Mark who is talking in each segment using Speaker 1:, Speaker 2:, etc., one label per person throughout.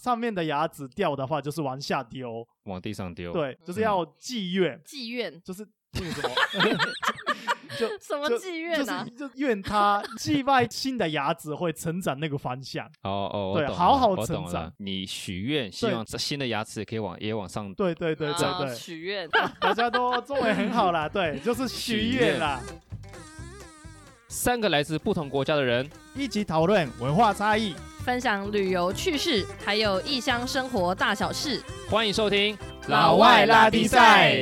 Speaker 1: 上面的牙子掉的话，就是往下丢，
Speaker 2: 往地上丢，，
Speaker 1: 对，嗯就是要妓院，
Speaker 3: 妓院
Speaker 1: 就是那个什 么，就
Speaker 3: 什么
Speaker 1: 就
Speaker 3: 妓院啊？
Speaker 1: 就是就怨他祭拜新的牙子会成长那个方向。
Speaker 2: 哦哦，我
Speaker 1: 对
Speaker 2: 懂
Speaker 1: 好
Speaker 2: 了
Speaker 1: 好
Speaker 2: 我
Speaker 1: 成
Speaker 2: 懂了
Speaker 1: 长。
Speaker 2: 你许愿，希
Speaker 1: 对
Speaker 2: 望这新的牙齿可以往也往上
Speaker 1: 对对
Speaker 2: 哦
Speaker 1: 对对
Speaker 3: 啊
Speaker 1: 对，
Speaker 3: 许愿。
Speaker 1: 大家都中文很好啦，对，就是许愿啦，
Speaker 2: 三个来自不同国家的人，
Speaker 1: 一起讨论文化差异。
Speaker 3: 分享旅游趣事，还有异乡生活大小事。
Speaker 2: 欢迎收听《
Speaker 3: 老外拉
Speaker 1: 力赛》。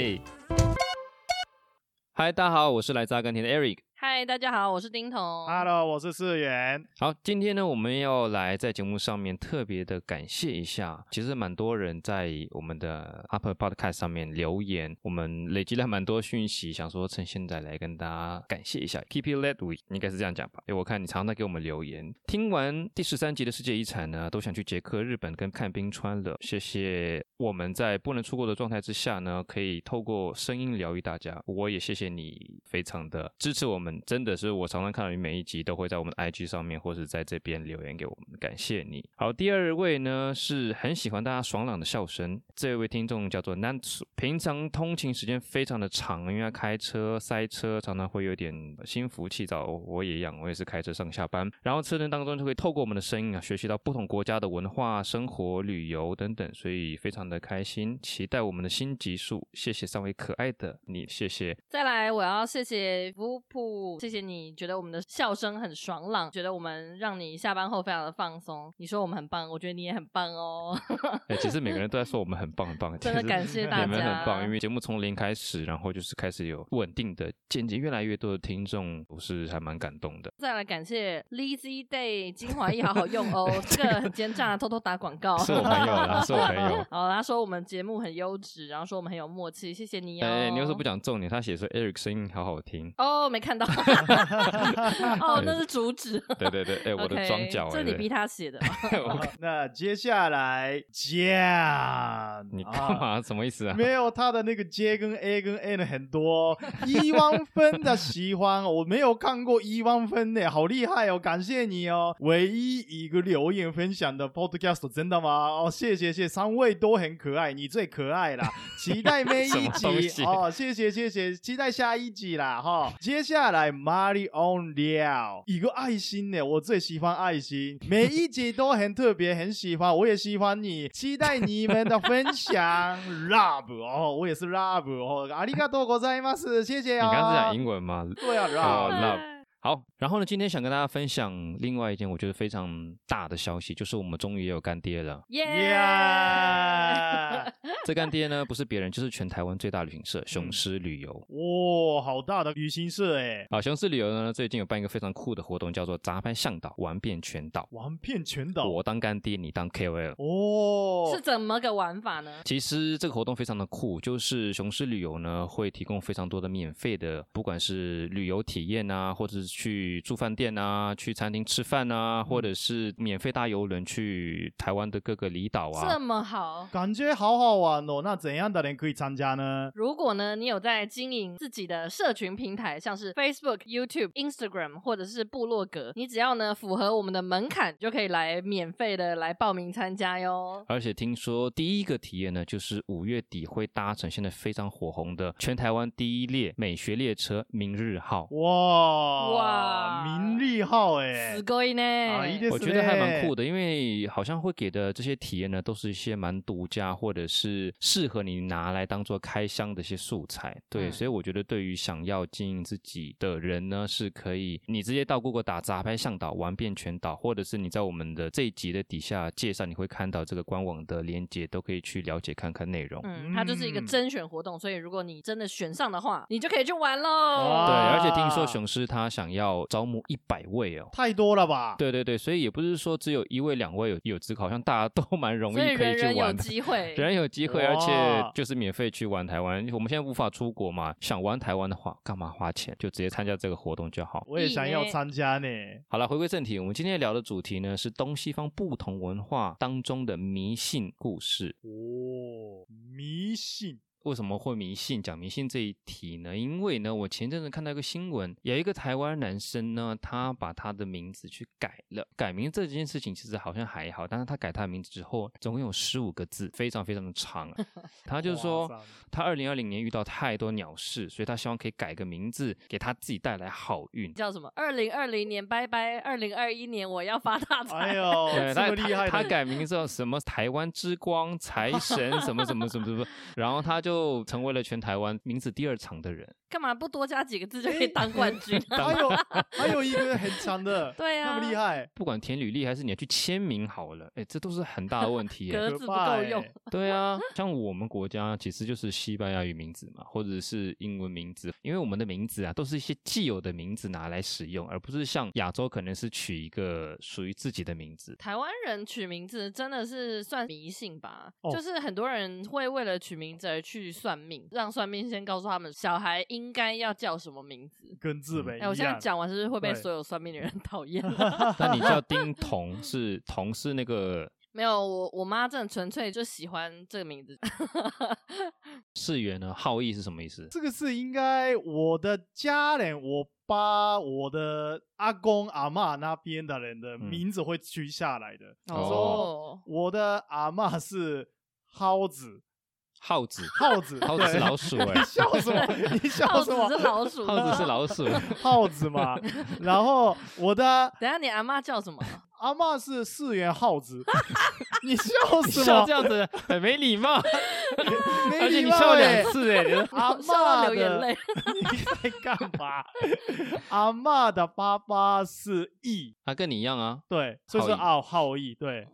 Speaker 2: 嗨，大家好，我是来自阿根廷的 Eric。
Speaker 3: 嗨，大家好，我是丁彤。
Speaker 1: Hello，我是世元，
Speaker 2: 好，今天呢，我们要来在节目上面特别的感谢一下，其实蛮多人在我们的 Apple Podcast 上面留言，我们累积了蛮多讯息，想说趁现在来跟大家感谢一下。Keep you l e t week 应该是这样讲吧？诶，我看你常常在给我们留言。听完第十三集的世界遗产呢，都想去捷克、日本跟看冰川了。谢谢我们在不能出国的状态之下呢，可以透过声音疗愈大家。我也谢谢你非常的支持我们，真的是我常常看到你每一集都会在我们的 IG 上面或是在这边留言给我们，感谢你。好，第二位呢是很喜欢大家爽朗的笑声，这位听众叫做 Nansu，平常通勤时间非常的长，因为要开车塞车，常常会有点心浮气躁。我也一样，我也是开车上下班，然后车程当中就会透过我们的声音啊，学习到不同国家的文化、生活、旅游等等，所以非常的开心，期待我们的新集数。谢谢三位可爱的你，谢谢。
Speaker 3: 再来，我要谢谢福普，谢谢你觉得我们的笑声很爽朗，觉得我们让你下班后非常的放松。你说我们很棒，我觉得你也很棒哦，
Speaker 2: 哎、其实每个人都在说我们很棒很棒，
Speaker 3: 真的感谢 大
Speaker 2: 你们
Speaker 3: 家。
Speaker 2: 很棒，因为节目从零开始，然后就是开始有稳定的渐渐越来越多的听众，我是还蛮感动的。
Speaker 3: 再来感谢 Lazy Day 精华液好好用 哦，这个很奸诈，偷偷打广告。
Speaker 2: 是我朋友 啦，是我朋友。
Speaker 3: 好，他说我们节目很优质，然后说我们很有默契，谢谢你哦。
Speaker 2: 哎、你为什么不讲重点？他写说 Eric 声音好好听。
Speaker 3: 哦，没看 到。哦，那是主旨。
Speaker 2: 对对对，哎、我的
Speaker 3: OK，
Speaker 2: 装脚、哎
Speaker 3: 这你
Speaker 2: 对
Speaker 3: 逼他 写的吧。
Speaker 1: 好那接下来讲，
Speaker 2: 你干
Speaker 1: 啊
Speaker 2: 嘛？什么意思啊？
Speaker 1: 没有他的那个 J 跟 A 跟 N 很 多，一万分的喜欢，哦我没有看过一万分的，好厉害哦！感谢你哦，唯一一个留言分享的 Podcast 真的吗？哦，谢谢谢，三位都很可爱，你最可爱啦！期待每
Speaker 2: 什么东
Speaker 1: 一集
Speaker 2: 西
Speaker 1: 哦，谢谢谢谢，期待下一集啦哈、接下来 Mary on 了一个爱心呢，我最喜欢爱心，每一集都很特别，很喜欢，我也喜欢你，期待你们的分 享，Love 哦，我也是 Love 哦，ありがとうございます，谢谢
Speaker 2: 你
Speaker 1: 哦。
Speaker 2: 刚刚是讲英文吗？
Speaker 1: 对啊
Speaker 2: 哦
Speaker 1: ，Love，
Speaker 2: ，love。好，然后呢，今天想跟大家分享另外一件我觉得非常大的消息，就是我们终于也有干爹了。
Speaker 3: 耶！
Speaker 1: 啊 Yeah
Speaker 2: 这干爹呢，不是别人，就是全台湾最大旅行社雄狮旅游。
Speaker 1: 哇，好大的旅行社哎，
Speaker 2: 啊，雄狮旅游呢，最近有办一个非常酷的活动，叫做“杂牌向导玩遍全岛
Speaker 1: 玩遍全”，岛
Speaker 2: 我当干爹，你当 KOL。
Speaker 1: 哦，
Speaker 3: 是怎么个玩法呢？
Speaker 2: 其实这个活动非常的酷，就是雄狮旅游呢会提供非常多的免费的，不管是旅游体验啊，或者是去住饭店啊，去餐厅吃饭啊，或者是免费搭游轮去台湾的各个离岛啊。
Speaker 3: 这么好。
Speaker 1: 感觉好好玩哦。那怎样的人可以参加呢？
Speaker 3: 如果呢，你有在经营自己的社群平台，像是 Facebook、YouTube、Instagram 或者是部落格，你只要呢符合我们的门槛，就可以来免费的来报名参加哟。
Speaker 2: 而且听说第一个体验呢，就是五月底会搭乘现在非常火红的全台湾第一列美学列车“明日号
Speaker 1: 哇
Speaker 3: 哇
Speaker 1: 名利号哎
Speaker 3: す，ごい
Speaker 1: 啊いいです
Speaker 3: ね！
Speaker 1: ね
Speaker 2: 我觉得还蛮酷的，因为好像会给的这些体验呢，都是一些蛮独家或者是适合你拿来当做开箱的一些素材。对，
Speaker 3: 嗯
Speaker 2: 所以我觉得对于想要经营自己的人呢，是可以你直接到 Google 打“杂拍向导”玩遍全岛，或者是你在我们的这一集的底下介绍，你会看到这个官网的链接，都可以去了解看看内容。
Speaker 3: 嗯，它就是一个
Speaker 1: 嗯
Speaker 3: 甄选活动，所以如果你真的选上的话，你就可以去玩喽
Speaker 1: 哇。
Speaker 2: 对，而且听
Speaker 1: 啊
Speaker 2: 说雄狮他想要招募一百位哦。
Speaker 1: 太多了吧？
Speaker 2: 对对对，所以也不是说只有一位两位有有资格，好像大家都蛮容易
Speaker 3: 所以
Speaker 2: 可
Speaker 3: 人
Speaker 2: 以去
Speaker 3: 人有
Speaker 2: 玩的。
Speaker 3: 机 会，
Speaker 2: 人有机会，而且
Speaker 1: 哇
Speaker 2: 就是免费去玩台湾。我们现在无法出国嘛，想玩台湾的话，干嘛花钱？就直接参加这个活动就好。
Speaker 1: 我也想要
Speaker 3: 意呢
Speaker 1: 参加呢。
Speaker 2: 好了，回归正题，我们今天聊的主题呢是东西方不同文化当中的迷信故事。
Speaker 1: 哦，迷信
Speaker 2: 为什么会迷信？讲迷信这一题呢？因为呢，我前阵子看到一个新闻，有一个台湾男生呢，他把他的名字去改了。改名这件事情其实好像还好，但是他改他的名字之后，总共有十五个字，非常非常的长啊。他就说
Speaker 1: 哇塞，
Speaker 2: 他二零二零年遇到太多鸟事，所以他希望可以改个名字，给他自己带来好运。
Speaker 3: 叫什么？二零二零年拜拜，二零二一年我要发大财。
Speaker 1: 哎 呦，这
Speaker 2: 对，他
Speaker 1: 么厉害的，
Speaker 2: 他他改名叫什么台湾之光、财神什么什么什么什么，然后他就成为了全台湾名字第二长的人。
Speaker 3: 干嘛不多加几个字就可以当冠 军？
Speaker 1: 还有还有一个很长的，
Speaker 3: 对啊
Speaker 1: 那么厉害，
Speaker 2: 不管填履历还是你要去签名好了，哎，这都是很大的问题耶。
Speaker 3: 格
Speaker 1: 可
Speaker 3: 子不
Speaker 1: 怕
Speaker 3: 够
Speaker 1: 欸
Speaker 3: 用，
Speaker 2: 对啊，像我们国家其实就是西班牙语名字嘛，或者是英文名字，因为我们的名字啊都是一些既有的名字拿来使用，而不是像亚洲可能是取一个属于自己的名字。
Speaker 3: 台湾人取名字真的是算迷信吧？
Speaker 1: 哦
Speaker 3: 就是很多人会为了取名字而去算命，让算命先告诉他们小孩应该要叫什么名字。
Speaker 1: 跟自卑一
Speaker 3: 哎、
Speaker 1: 样。
Speaker 3: 我现在讲完是不是会被
Speaker 1: 对
Speaker 3: 所有算命的人 讨厌？
Speaker 2: 那你叫丁童是童是那个
Speaker 3: 没有，我我妈真的纯粹就喜欢这个名字。
Speaker 2: 世元呢？浩义是什么意思？
Speaker 1: 这个是应该我的家人，我爸、我的阿公、阿嬷那边的人
Speaker 3: 嗯
Speaker 1: 的名字会取下来的。
Speaker 2: 哦，
Speaker 1: 我的阿嬷是蒿子，
Speaker 2: 耗子，
Speaker 1: 耗子，
Speaker 2: 耗子是
Speaker 1: 对
Speaker 2: 老鼠哎
Speaker 1: 你笑什么？ 你
Speaker 3: 耗
Speaker 1: 笑
Speaker 3: 子
Speaker 1: 什么？
Speaker 3: 是 老鼠，
Speaker 2: 耗子是。老鼠。欸
Speaker 1: 耗子嘛。然后我的
Speaker 3: 等一下你阿妈叫什么？
Speaker 1: 阿嬷是四元耗 子，你笑
Speaker 2: 你
Speaker 1: 什
Speaker 2: 笑
Speaker 1: 么
Speaker 2: 这？样子很没礼貌，
Speaker 1: 没
Speaker 2: 而且
Speaker 1: 礼
Speaker 2: 你
Speaker 1: 貌
Speaker 2: 笑
Speaker 1: 欸
Speaker 2: 两次哎，你说
Speaker 1: 阿
Speaker 3: 笑
Speaker 1: 嬷
Speaker 3: 到流眼
Speaker 1: 的
Speaker 3: 泪
Speaker 1: 你在干嘛？阿嬷的爸爸是义，
Speaker 2: 他跟你一样啊，
Speaker 1: 对，所以是
Speaker 2: 好
Speaker 1: 奥浩义，对，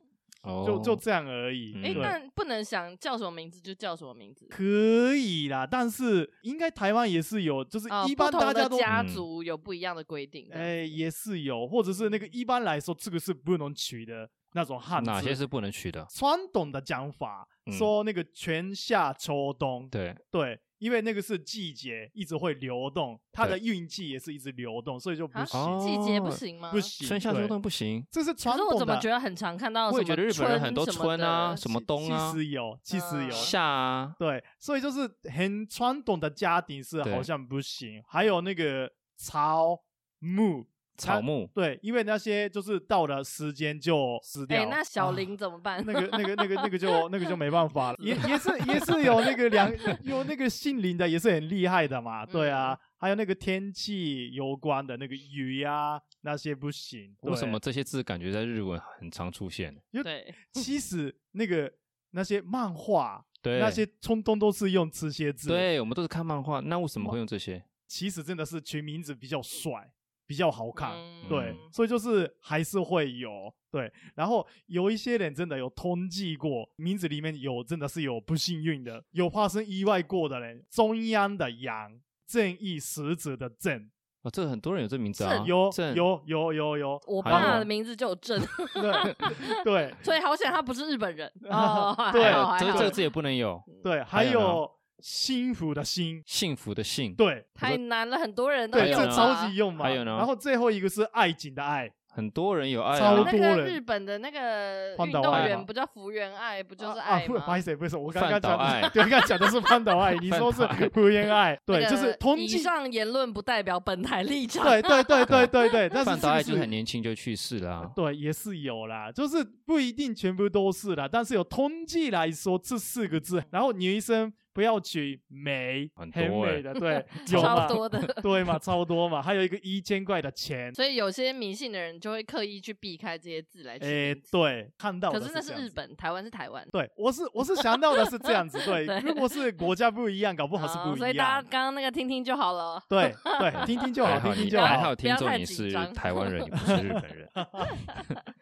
Speaker 2: 哦
Speaker 1: 就就这样而已。
Speaker 2: 嗯
Speaker 3: 哎、
Speaker 1: 对，
Speaker 3: 但不能想叫什么名字就叫什么名字。
Speaker 1: 可以啦，但是应该台湾也是有，就是
Speaker 3: 哦
Speaker 1: 一
Speaker 3: 不
Speaker 1: 般
Speaker 3: 同
Speaker 1: 大
Speaker 3: 的
Speaker 1: 家都。
Speaker 3: 家
Speaker 2: 嗯
Speaker 3: 族有不一样的规定。这样
Speaker 1: 哎，也是有，或者是那个一般来说，这个是不能取的那种汉字。
Speaker 2: 哪些是不能取的？
Speaker 1: 传统的讲法？
Speaker 2: 嗯
Speaker 1: 说那个春夏秋冬，
Speaker 2: 对，
Speaker 1: 对，因为那个是季节，一直会流动，它的运气也是一直流动，所以就不
Speaker 3: 啊
Speaker 1: 行，
Speaker 3: 季节不
Speaker 2: 哦
Speaker 3: 行吗？
Speaker 1: 不行。
Speaker 2: 春夏秋
Speaker 1: 对
Speaker 2: 冬不行。
Speaker 1: 这是
Speaker 3: 可
Speaker 1: 传
Speaker 3: 是
Speaker 1: 统的。
Speaker 3: 我怎么觉得很常看到什
Speaker 2: 我
Speaker 3: 么
Speaker 2: 也觉
Speaker 3: 春
Speaker 2: 得
Speaker 3: 什么
Speaker 2: 日本
Speaker 3: 的？
Speaker 2: 人很多春啊，什么冬
Speaker 1: 其
Speaker 2: 啊，
Speaker 1: 实有，其实有。
Speaker 3: 嗯
Speaker 2: 夏啊，
Speaker 1: 对，所以就是很传统的家庭是
Speaker 2: 对
Speaker 1: 好像不行，还有那个草木，
Speaker 2: 草木，
Speaker 1: 对，因为那些就是到了时间就死
Speaker 3: 哎、
Speaker 1: 掉。
Speaker 3: 那小
Speaker 1: 啊
Speaker 3: 林怎么办？
Speaker 1: 那个、那个、那个、那个就那个就没办法了，也也是也是有那个两 有那个姓林的也是很厉害的嘛，对
Speaker 2: 嗯
Speaker 1: 啊，还有那个天气有关的那个雨呀、那些不行，
Speaker 2: 为什
Speaker 1: 对
Speaker 2: 么这些字感觉在日文很常出现？
Speaker 3: 对，
Speaker 1: 其实那个那些漫画
Speaker 2: 对，
Speaker 1: 那些冲动都是用这些字，，
Speaker 2: 对我们都是看漫画，那为什么会用这些？
Speaker 1: 其实真的是取名字比较帅，比较好看，
Speaker 3: 嗯
Speaker 1: 对
Speaker 2: 嗯，
Speaker 1: 所以就是还是会有对，然后有一些人真的有通缉过，名字里面有真的是有不幸运的，有发生意外过的人，中央的央，正义使者的正，
Speaker 2: 哦，这很多人有这名字啊，
Speaker 1: 有
Speaker 2: 正
Speaker 1: 有有有有，
Speaker 3: 我
Speaker 2: 还有
Speaker 3: 爸
Speaker 2: 吗
Speaker 3: 的名字就有正，
Speaker 1: 对对
Speaker 3: 所以好险他不是日 本人哦。还
Speaker 1: 对
Speaker 3: 好
Speaker 2: 哎
Speaker 3: 还
Speaker 2: 这
Speaker 3: 好
Speaker 2: 这个字也不能有，
Speaker 1: 对，还
Speaker 2: 还有呢
Speaker 1: 有幸福的幸，
Speaker 2: 幸福的幸，
Speaker 1: 对
Speaker 3: 太难了，很多人都
Speaker 1: 对，
Speaker 2: 有
Speaker 1: 这
Speaker 2: 呢
Speaker 1: 超级用嘛。
Speaker 2: 还有呢
Speaker 1: 然后最后一个是爱情的爱。
Speaker 2: 很多人有爱
Speaker 1: 超
Speaker 2: 啊
Speaker 1: 多
Speaker 3: 那。个
Speaker 1: 人
Speaker 3: 日本的那个
Speaker 1: 荒
Speaker 3: 运
Speaker 1: 岛
Speaker 3: 动
Speaker 2: 爱
Speaker 3: 员
Speaker 1: 嘛
Speaker 3: 不叫福原爱，不就是
Speaker 1: 啊啊
Speaker 3: 爱
Speaker 1: 不，
Speaker 3: 吗？
Speaker 1: 不好意思，不是我刚
Speaker 2: 饭
Speaker 1: 刚
Speaker 2: 岛
Speaker 1: 讲的
Speaker 2: 爱，
Speaker 1: 对，刚刚讲的是范岛爱，你说是
Speaker 2: 饭岛爱
Speaker 1: 福原爱，
Speaker 3: 那
Speaker 1: 对，就是
Speaker 3: 个
Speaker 1: 通
Speaker 3: 以
Speaker 1: 缉，
Speaker 3: 上言论不代表本台立场。
Speaker 1: 对对对对对对，但是
Speaker 2: 范
Speaker 1: 这
Speaker 2: 达
Speaker 1: 个
Speaker 2: 爱就是是很年轻就去世了啊。
Speaker 1: 对，也是有啦，就是不一定全部都是啦，但是有通计来说这四个字，然后女生不要取美，
Speaker 2: 很多
Speaker 1: 美
Speaker 2: 欸
Speaker 1: 的， 对， 有
Speaker 3: 超
Speaker 1: 嘛，
Speaker 3: 多的，
Speaker 1: 对嘛，超多嘛，还有一个一千块的钱，
Speaker 3: 所以有些迷信的人就会刻意去避开这些字来取
Speaker 1: 诶，
Speaker 3: 名字。
Speaker 1: 对，看到
Speaker 3: 可
Speaker 1: 的
Speaker 3: 是那
Speaker 1: 这
Speaker 3: 是
Speaker 1: 样
Speaker 3: 日
Speaker 1: 子。
Speaker 3: 本，台湾是台湾，
Speaker 1: 对，我是我是想到的是这样子，对，
Speaker 3: 对
Speaker 1: 如果是国家不一样，搞不好是
Speaker 3: 哦
Speaker 1: 不一样。
Speaker 3: 所以大家刚刚那个听听就好了。
Speaker 1: 对对，听听就好，
Speaker 2: 还
Speaker 1: 听
Speaker 2: 好
Speaker 1: 听
Speaker 2: 你
Speaker 1: 就
Speaker 2: 还
Speaker 1: 好
Speaker 2: 好。
Speaker 3: 不
Speaker 2: 听
Speaker 3: 要
Speaker 2: 众
Speaker 3: 太
Speaker 2: 你
Speaker 3: 紧
Speaker 2: 是
Speaker 3: 张
Speaker 2: 台湾人，你不是日本 人。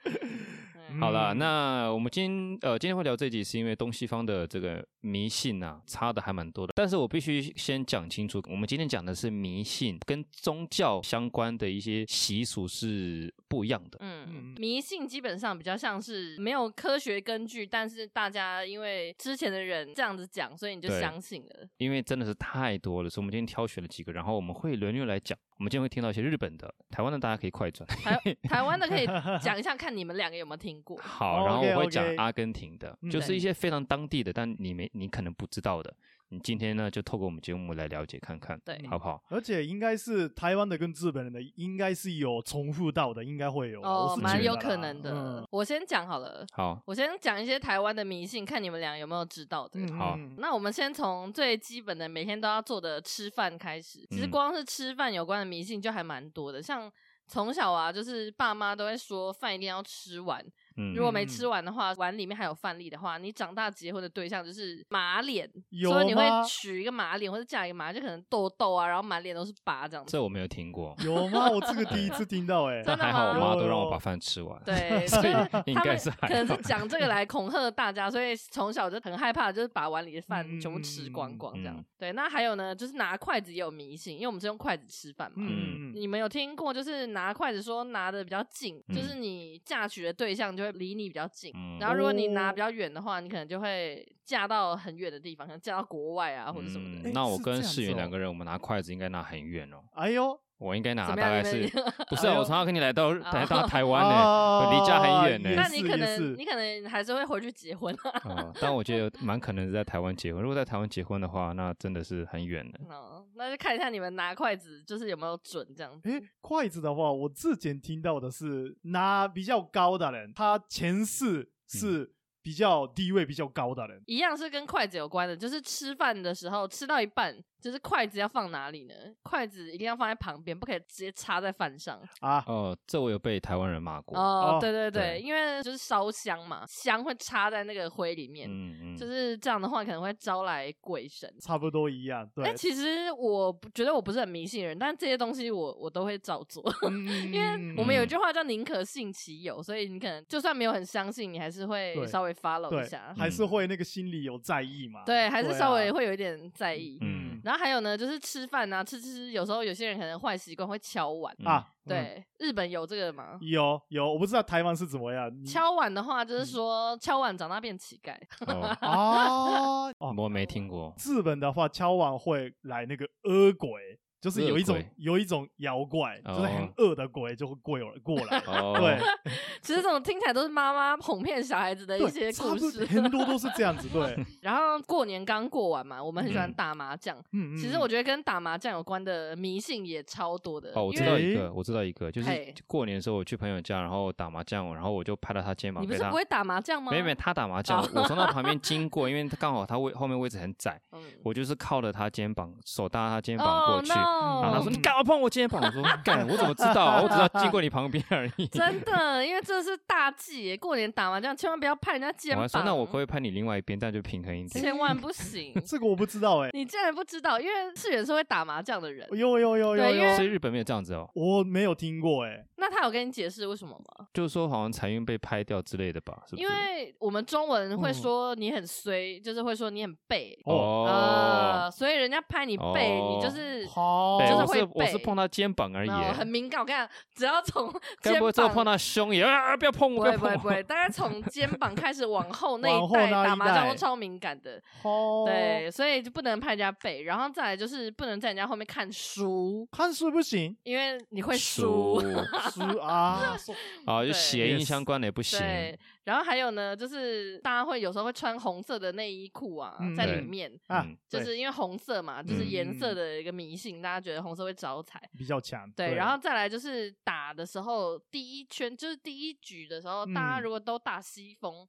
Speaker 3: 嗯
Speaker 2: 好了，
Speaker 1: 嗯
Speaker 2: 那我们今天呃今天会聊这集，是因为东西方的这个迷信啊，差的还蛮多的。但是我必须先讲清楚，我们今天讲的是迷信跟宗教相关的一些习俗是不一样的。
Speaker 3: 嗯
Speaker 1: 嗯，
Speaker 3: 迷信基本上比较像是没有科学根据，但是大家因为之前的人这样子讲，所以你就
Speaker 2: 对
Speaker 3: 相信了。
Speaker 2: 因为真的是太多了，所以我们今天挑选了几个，然后我们会轮流来讲。我们今天会听到一些日本的、台湾的，大家可以快转。
Speaker 3: 台台湾的可以讲一下，看你们两个有没有听过。
Speaker 2: 好，然后我会讲
Speaker 1: OK，OK
Speaker 2: 阿根廷的，
Speaker 1: 哦嗯
Speaker 2: 就是一些非常当地的，但你没你可能不知道的。你今天呢就透过我们节目来了解看看，
Speaker 3: 对
Speaker 2: 好不好？
Speaker 1: 而且应该是台湾的跟日本人的，应该是有重复到的，应该会有啊，我是
Speaker 3: 哦，
Speaker 1: 觉
Speaker 3: 蛮
Speaker 1: 得
Speaker 3: 有
Speaker 1: 啦
Speaker 3: 可能的。
Speaker 1: 嗯
Speaker 3: 我先讲好了，
Speaker 2: 好，
Speaker 3: 我先讲一些台湾的迷信，看你们俩有没有知道的。
Speaker 1: 嗯，
Speaker 2: 好
Speaker 1: 嗯
Speaker 3: 那我们先从最基本的每天都要做的吃饭开始。其实
Speaker 2: 嗯
Speaker 3: 光是吃饭有关的迷信就还蛮多的，像从小啊，就是爸妈都会说饭一定要吃完，
Speaker 2: 嗯
Speaker 3: 如，果没吃完的话，碗里面还有饭粒的话，你长大结婚的对象就是马脸，
Speaker 1: 有
Speaker 3: 所以你
Speaker 1: 吗
Speaker 3: 会娶一个马脸或者嫁一个马，就可能痘痘啊，然后满脸都是疤这样子。
Speaker 2: 这我没有听过，
Speaker 1: 有吗？我这个第一次听到哎、
Speaker 2: 但
Speaker 3: 真的
Speaker 2: 还好我
Speaker 3: 吗
Speaker 2: 妈都让
Speaker 1: 有
Speaker 2: 我把饭吃 完。
Speaker 3: 对，
Speaker 2: 所
Speaker 3: 所
Speaker 2: 以
Speaker 3: 以
Speaker 2: 应
Speaker 3: 他
Speaker 2: 该
Speaker 3: 们
Speaker 2: 是还
Speaker 3: 可能
Speaker 2: 好
Speaker 3: 是讲这个来恐吓大家，所以从小就很害怕，就是把碗里的饭
Speaker 1: 嗯
Speaker 3: 全部吃光光这样。
Speaker 2: 嗯
Speaker 3: 对，那还有呢，就是拿筷子也有迷信，因为我们是用筷子吃饭嘛。
Speaker 1: 嗯，嗯
Speaker 3: 你们有听过，就是拿筷子说拿的比较近，
Speaker 2: 嗯
Speaker 3: 就是你嫁娶的对象就会离你比较近，
Speaker 2: 嗯
Speaker 3: 然后如果你拿
Speaker 1: 哦
Speaker 3: 比较远的话，你可能就会嫁到很远的地方，可能嫁到国外啊或者什么的。
Speaker 1: 诶
Speaker 2: 嗯那我
Speaker 1: 是
Speaker 2: 跟
Speaker 1: 这样
Speaker 2: 世
Speaker 1: 子
Speaker 2: 云
Speaker 1: 哦
Speaker 2: 两个人，我们拿筷子应该拿很远哦。
Speaker 1: 哎呦，
Speaker 2: 我应该拿
Speaker 3: 怎
Speaker 2: 大
Speaker 3: 么样
Speaker 2: 概
Speaker 3: 你们哦
Speaker 2: 是，不是啊？
Speaker 1: 哎呦
Speaker 2: 我常常跟你来到来到台湾呢，
Speaker 1: 啊
Speaker 2: 我离家很远呢
Speaker 1: 也
Speaker 3: 那
Speaker 1: 是
Speaker 3: 你可
Speaker 1: 也是
Speaker 3: 能你可能还是会回去结婚啊。
Speaker 2: 哦，但我觉得蛮可能是在台湾结婚。如果在台湾结婚的话，那真的是很远的。
Speaker 3: 哦，那就看一下你们拿筷子就是有没有准这样子。
Speaker 1: 诶，筷子的话，我之前听到的是拿比较高的人，他前世是比较地位比较高的人。
Speaker 3: 一样是跟筷子有关的，就是吃饭的时候吃到一半，就是筷子要放哪里呢？筷子一定要放在旁边，不可以直接插在饭上。
Speaker 1: 啊，
Speaker 2: 哦，这我有被台湾人骂过。
Speaker 3: 哦
Speaker 1: 哦，
Speaker 3: 对对
Speaker 2: 对
Speaker 3: 对，因为就是烧香嘛，香会插在那个灰里面，
Speaker 2: 嗯嗯，
Speaker 3: 就是这样的话可能会招来鬼神。
Speaker 1: 差不多一样，对
Speaker 3: 但，其实我不觉得我不是很迷信的人，但这些东西我我都会照做。
Speaker 1: 因
Speaker 3: 因
Speaker 1: 嗯
Speaker 3: 为我们有一句话叫“宁可信其有”，所以你可能就算没有很相信，你还是会
Speaker 1: 对
Speaker 3: 稍微 follow
Speaker 1: 对
Speaker 3: 一下，
Speaker 1: 还
Speaker 2: 嗯
Speaker 1: 是会那个心里有在意嘛，
Speaker 3: 对，还是
Speaker 1: 啊
Speaker 3: 稍微会有一点在意。
Speaker 2: 嗯
Speaker 3: 然后还有呢，就是吃饭啊，吃吃吃，有时候有些人可能坏习惯会敲碗。
Speaker 2: 嗯
Speaker 1: 啊，嗯，
Speaker 3: 对，日本有这个吗？
Speaker 1: 有有，我不知道台湾是怎么样，你
Speaker 3: 敲碗的话，
Speaker 2: 嗯
Speaker 3: 就是说敲碗长大变乞丐。
Speaker 2: 哦
Speaker 1: 啊，哦，
Speaker 2: 我没听过。
Speaker 1: 日本的话，敲完会来那个恶鬼，就是有一
Speaker 2: 恶
Speaker 1: 种
Speaker 2: 鬼
Speaker 1: 有一种妖怪，就是很
Speaker 2: 哦
Speaker 1: 恶的鬼就会过过来，
Speaker 2: 哦，
Speaker 1: 对，
Speaker 3: 其实这种听起来都是妈妈哄骗小孩子的一些
Speaker 1: 对，差
Speaker 3: 故
Speaker 1: 不多
Speaker 3: 事。
Speaker 1: 很多都是这样子，对，嗯
Speaker 3: 然后过年刚过完嘛，我们很喜欢
Speaker 2: 嗯
Speaker 3: 打麻将。
Speaker 1: 嗯，嗯
Speaker 3: 其实我觉得跟打麻将有关的迷信也超多的。
Speaker 2: 哦，我
Speaker 3: 因
Speaker 2: 知道
Speaker 3: 为
Speaker 2: 一
Speaker 1: 为
Speaker 2: 个，我知道一个，就是
Speaker 3: 嘿
Speaker 2: 过年的时候我去朋友家，然后打麻将，然后我就拍到他肩膀，
Speaker 3: 你不
Speaker 2: 被
Speaker 3: 是
Speaker 2: 他
Speaker 3: 不会打麻将吗？
Speaker 2: 没没，他打麻将，
Speaker 3: 哦
Speaker 2: 我从他旁边经过，因为他刚好他位后面位置很窄，
Speaker 3: 嗯，
Speaker 2: 我就是靠着他肩膀，手搭他肩膀
Speaker 3: 哦
Speaker 2: 过去。然后他
Speaker 3: ，no！
Speaker 2: 说：“你干嘛碰我肩膀？”我说：“ 干，我怎么知道啊？我只要经过你旁边而已。
Speaker 3: 真的，因为这是大忌耶，过年打麻将千万不要拍人家”肩
Speaker 2: 我还说：“
Speaker 3: 膀。
Speaker 2: 那我可不可以拍你另外一边，这样就平衡一点。
Speaker 3: 千万不行。
Speaker 1: 这个我不知道哎、
Speaker 3: 你竟然不知道，因为世远是会打麻将的人，
Speaker 1: 有有有有
Speaker 3: 对因为
Speaker 1: 有，
Speaker 2: 所以日本没有这样子哦，
Speaker 1: 我没有听过哎、
Speaker 3: 那他有跟你解释为什么吗？
Speaker 2: 就是说好像财运被拍掉之类的吧？是不是？
Speaker 3: 因为我们中文会
Speaker 1: 嗯
Speaker 3: 说你很衰，就是会说你很背
Speaker 2: 哦
Speaker 3: 啊，，所以人家拍你背，
Speaker 2: 哦
Speaker 3: 你就是
Speaker 1: 好，
Speaker 2: 对，
Speaker 3: 哦就是
Speaker 2: 我
Speaker 3: 会
Speaker 2: 是我是
Speaker 3: 背
Speaker 2: 碰他肩膀而已
Speaker 3: 呃
Speaker 2: 耶，
Speaker 3: 很敏感。我跟你讲，只要从
Speaker 2: 该
Speaker 3: 肩
Speaker 2: 不会最后碰
Speaker 3: 膀。
Speaker 2: 到胸也啊？不要碰
Speaker 3: 不
Speaker 2: 我，不
Speaker 3: 会
Speaker 2: 要
Speaker 3: 不会不
Speaker 2: 碰
Speaker 3: 会，
Speaker 2: 我！
Speaker 3: 大概从肩膀开始往后那
Speaker 1: 往
Speaker 3: 一
Speaker 1: 后
Speaker 3: 带
Speaker 1: 那
Speaker 3: 打
Speaker 1: 一
Speaker 3: 麻将
Speaker 1: 带哦
Speaker 3: 都超敏感的，
Speaker 1: 好，
Speaker 3: 对，，所以就不能拍人家背，然后再来就是不能在人家后面看书，
Speaker 1: 看书不 行，
Speaker 3: 因为你会输。
Speaker 1: 书啊，说
Speaker 2: 啊，就
Speaker 3: 对
Speaker 2: 谐音
Speaker 1: Yes
Speaker 2: 相关的也不行。嗯
Speaker 3: 对，然后还有呢，就是大家会有时候会穿红色的内衣裤啊，
Speaker 1: 嗯
Speaker 3: 在
Speaker 2: 对
Speaker 3: 里面，
Speaker 1: 啊
Speaker 2: 嗯，
Speaker 3: 就
Speaker 1: 对
Speaker 3: 是因为红色嘛，就是颜色
Speaker 1: 嗯
Speaker 3: 的一个迷信，大家觉得红色会招财。
Speaker 1: 比较强，
Speaker 3: 对，然后再来就是打的时候，第一圈就是第一局的时候，大家
Speaker 1: 嗯
Speaker 3: 如果都打西风，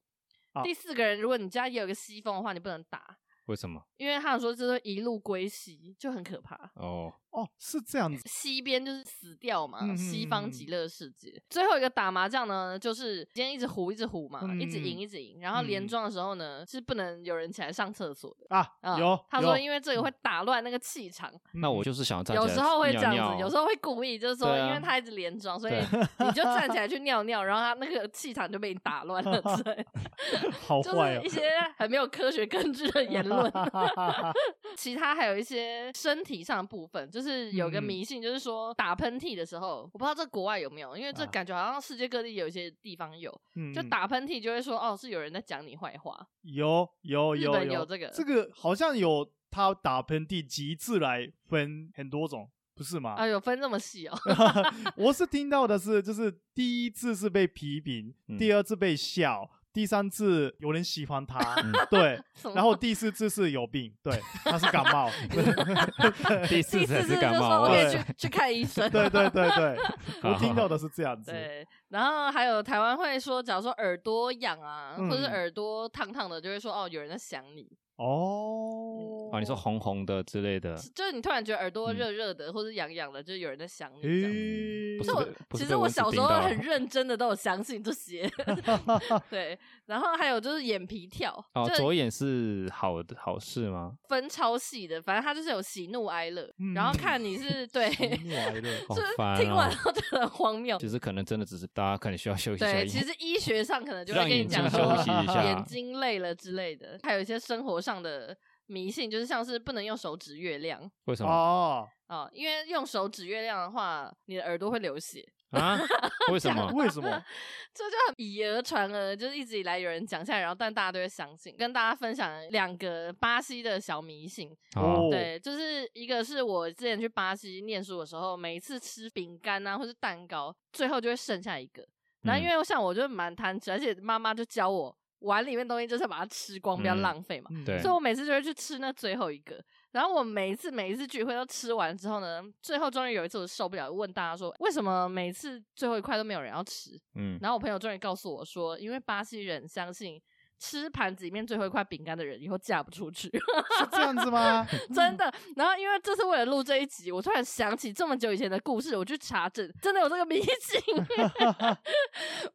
Speaker 1: 啊
Speaker 3: 第四个人如果你家也有个西风的话，你不能打，
Speaker 2: 为什么？
Speaker 3: 因为他有说就是一路归西，就很可怕。
Speaker 2: 哦，
Speaker 1: 哦是这样子，
Speaker 3: 西边就是死掉嘛，
Speaker 1: 嗯
Speaker 3: 西
Speaker 1: 嗯嗯
Speaker 3: 方极乐世界。最后一个打麻将呢，就是今天一直胡一直胡嘛，
Speaker 1: 嗯
Speaker 3: 一直赢一直赢。然后
Speaker 2: 嗯
Speaker 3: 连庄的时候呢，是不能有人起来上厕所的。
Speaker 1: 啊，
Speaker 3: 啊
Speaker 1: 有，
Speaker 3: 他说因
Speaker 1: 为
Speaker 3: 为这个会打乱那个气场，
Speaker 2: 那我就是想要嗯 站起来
Speaker 3: 嗯有时候会这样子，
Speaker 2: 尿尿
Speaker 3: 有时候会故意，就是说
Speaker 2: 对啊
Speaker 3: 因为他一直连庄，所以
Speaker 2: 对
Speaker 3: 你就 站起来去尿尿，然后他那个气场就被你打乱了，之 类，
Speaker 1: 好
Speaker 3: 就
Speaker 1: 坏
Speaker 3: 是
Speaker 1: 哦
Speaker 3: 一，些很没有科学根据的言论。 其他还有一些身体上的部分，就是有个
Speaker 1: 嗯
Speaker 3: 迷信，就是说打喷嚏的时候，我不知道这国外有没有，因为这
Speaker 1: 啊
Speaker 3: 感觉好像世界各地有一些地方有，
Speaker 1: 嗯
Speaker 3: 就打喷嚏就会说哦是有人在讲你坏话，
Speaker 1: 有有
Speaker 3: 日
Speaker 1: 有
Speaker 3: 本有这个
Speaker 1: 这个好像有他打喷嚏极致来分很多种，不是 吗？
Speaker 3: 啊有分这么细哦，
Speaker 1: 我是听到的是，就是第一次是被批评，
Speaker 2: 嗯
Speaker 1: 第二次被笑，第三次有人喜欢他，
Speaker 2: 嗯
Speaker 1: 对，
Speaker 3: 什么
Speaker 1: 然后第四次是有病，对，他是感 冒，
Speaker 2: 第
Speaker 3: 第
Speaker 2: 四次
Speaker 3: 四次
Speaker 2: 是
Speaker 3: 就
Speaker 2: 感
Speaker 3: 说
Speaker 2: 冒，
Speaker 3: 我 可以
Speaker 2: 哇
Speaker 1: 对
Speaker 3: 去去看医生。
Speaker 1: 对对对对，我
Speaker 2: 好
Speaker 1: 听到的是这样子，
Speaker 3: 对，然后还有台湾会说，假如说耳朵痒啊，或者是
Speaker 1: 嗯
Speaker 3: 耳朵烫烫的，就会说哦，有人在想你。
Speaker 1: 哦，
Speaker 2: 哦，你说红红的之类的，
Speaker 3: 就是你突然觉得耳朵
Speaker 2: 嗯
Speaker 3: 热热的，或者痒痒的，就是有人在想你这样。
Speaker 1: 诶，
Speaker 2: 不
Speaker 3: 这
Speaker 2: 是
Speaker 3: 我
Speaker 2: 被不
Speaker 3: 其
Speaker 2: 是
Speaker 3: 实
Speaker 2: 被
Speaker 3: 我
Speaker 2: 蚊子
Speaker 3: 小时
Speaker 2: 叮
Speaker 3: 候
Speaker 2: 到啊
Speaker 3: 很 认真的都有相信这些，对。然后还有就是眼皮跳，
Speaker 2: 哦，
Speaker 3: 就
Speaker 2: 左眼是好的好事吗？
Speaker 3: 分超细的，反正它就是有喜怒哀乐，然后
Speaker 1: 嗯
Speaker 3: 看你 是对，
Speaker 1: 喜怒哀乐
Speaker 2: 好
Speaker 3: 就是
Speaker 2: 烦
Speaker 3: 听完
Speaker 2: 哦
Speaker 3: 都觉得很荒谬。
Speaker 2: 其实可能真的只是大家可能需要休息一下
Speaker 3: 对，
Speaker 2: 眼，
Speaker 3: 其实医学上可能就会
Speaker 2: 让
Speaker 3: 跟你
Speaker 2: 眼
Speaker 3: 讲
Speaker 2: 睛
Speaker 3: 说
Speaker 2: 休息一下，
Speaker 3: 眼睛累了之类的，还有一些生活上的迷信，就是像是不能用手指月亮
Speaker 2: 为 什么
Speaker 1: 哦，
Speaker 3: 啊、因为用手指月亮的话，你的耳朵会流血，
Speaker 2: 啊？为什 么？
Speaker 1: 为什么？
Speaker 3: 这就很以讹传讹，就是一直以来有人讲下来，然后但大家都会相信。跟大家分享两个巴西的小迷信，
Speaker 1: 哦，
Speaker 2: 哦
Speaker 3: 对，就是一个是我之前去巴西念书的时候，每一次吃饼干啊或是蛋糕，最后就会剩下一个。然后
Speaker 2: 嗯
Speaker 3: 因为像我就蛮贪吃，而且妈妈就教我碗里面东西就是要把它吃光，不要
Speaker 2: 嗯
Speaker 3: 浪费嘛。
Speaker 1: 嗯
Speaker 2: 对
Speaker 3: 所以我每次就会去吃那最后一个。然后我每一次每一次聚会都吃完之后呢，最后终于有一次我受不了，问大家说为什么每次最后一块都没有人要吃？
Speaker 2: 嗯，
Speaker 3: 然后我朋友终于告诉我说，因为巴西人相信吃盘子里面最后一块饼干的人以后嫁不出去，
Speaker 1: 是这样子吗？
Speaker 2: 嗯
Speaker 3: 真的。然后因为这次为了录这一集，我突然想起这么久以前的故事，我去查证，真的有这个迷信。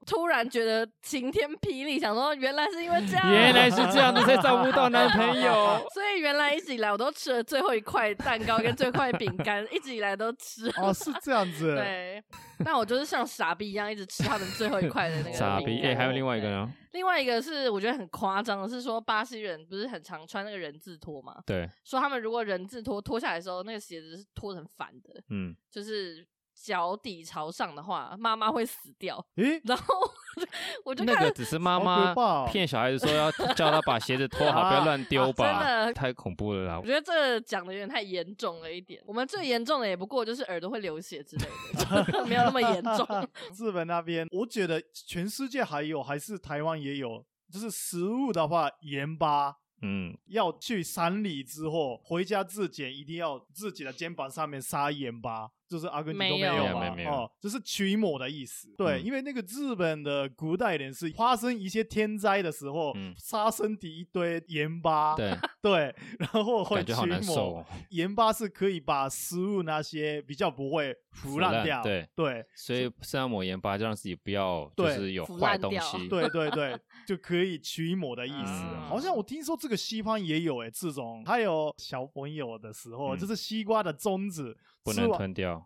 Speaker 3: 突然觉得晴天霹雳，想说原来是因为这样，
Speaker 2: 原来是这样的，才找不到男朋友。
Speaker 3: 所以原来一直以来我都吃了最后一块蛋糕跟最后一块饼干，一直以来都吃。
Speaker 1: 哦，是这样子，
Speaker 3: 对，但我就是像傻逼一样一直吃他们最后一块的那个
Speaker 2: 傻逼！
Speaker 3: 饼
Speaker 2: 哎、
Speaker 3: 干
Speaker 2: 还有另外一个
Speaker 3: 对
Speaker 2: 呢？
Speaker 3: 另外一个是我觉得很夸张的是说，巴西人不是很常穿那个人字拖吗？
Speaker 2: 对，
Speaker 3: 说他们如果人字拖脱下来的时候，那个鞋子是脱成反的，
Speaker 2: 嗯，
Speaker 3: 就是脚底朝上的话，妈妈会死掉。
Speaker 1: 诶，
Speaker 3: 然后 我就
Speaker 2: 那
Speaker 3: 看
Speaker 2: 个只是妈
Speaker 1: 好可怕
Speaker 2: 妈
Speaker 1: 哦
Speaker 2: 骗小孩子说要叫他把鞋子脱好，不要乱丢吧，
Speaker 3: 真的
Speaker 2: 太恐怖了啦
Speaker 3: 我！觉得这个讲的有点太严重了一点。我们最严重的也不过就是耳朵会流血之类的， 没有那么严 重。
Speaker 1: 日本那边， 我觉得全世界还有，还是台湾也有，就是食物的话，盐巴。
Speaker 2: 嗯，
Speaker 1: 要去山里之后，回家自检，一定要自己的肩膀上面撒盐巴，就是阿根廷都
Speaker 3: 没有
Speaker 1: 有
Speaker 2: 没
Speaker 1: 吧？
Speaker 2: 有没有
Speaker 1: 哦，这是驱魔的意思。对，
Speaker 2: 嗯
Speaker 1: 因为那个日本的古代人是发生一些天灾的时候，
Speaker 2: 嗯
Speaker 1: 杀身体一堆盐巴，
Speaker 2: 对，
Speaker 1: 对 然后会
Speaker 2: 感
Speaker 1: 驱
Speaker 2: 觉好难受、
Speaker 1: 魔。
Speaker 2: 哦。
Speaker 1: 盐巴是可以把食物那些比较不会腐
Speaker 2: 腐
Speaker 1: 烂
Speaker 2: 烂
Speaker 1: 掉，
Speaker 2: 对
Speaker 1: 对
Speaker 2: 所以身上抹盐巴，就让自己不要就
Speaker 1: 对
Speaker 2: 是有
Speaker 3: 腐
Speaker 2: 坏
Speaker 3: 烂
Speaker 2: 东
Speaker 3: 掉
Speaker 2: 西。
Speaker 1: 对对对，就可以驱魔的意思。
Speaker 2: 嗯
Speaker 1: 好像我听说这个西方也有诶、这种还有小朋友的时候，
Speaker 2: 嗯
Speaker 1: 就是西瓜的种子
Speaker 2: 不
Speaker 1: 吃
Speaker 2: 能
Speaker 1: 完，
Speaker 2: 吞掉。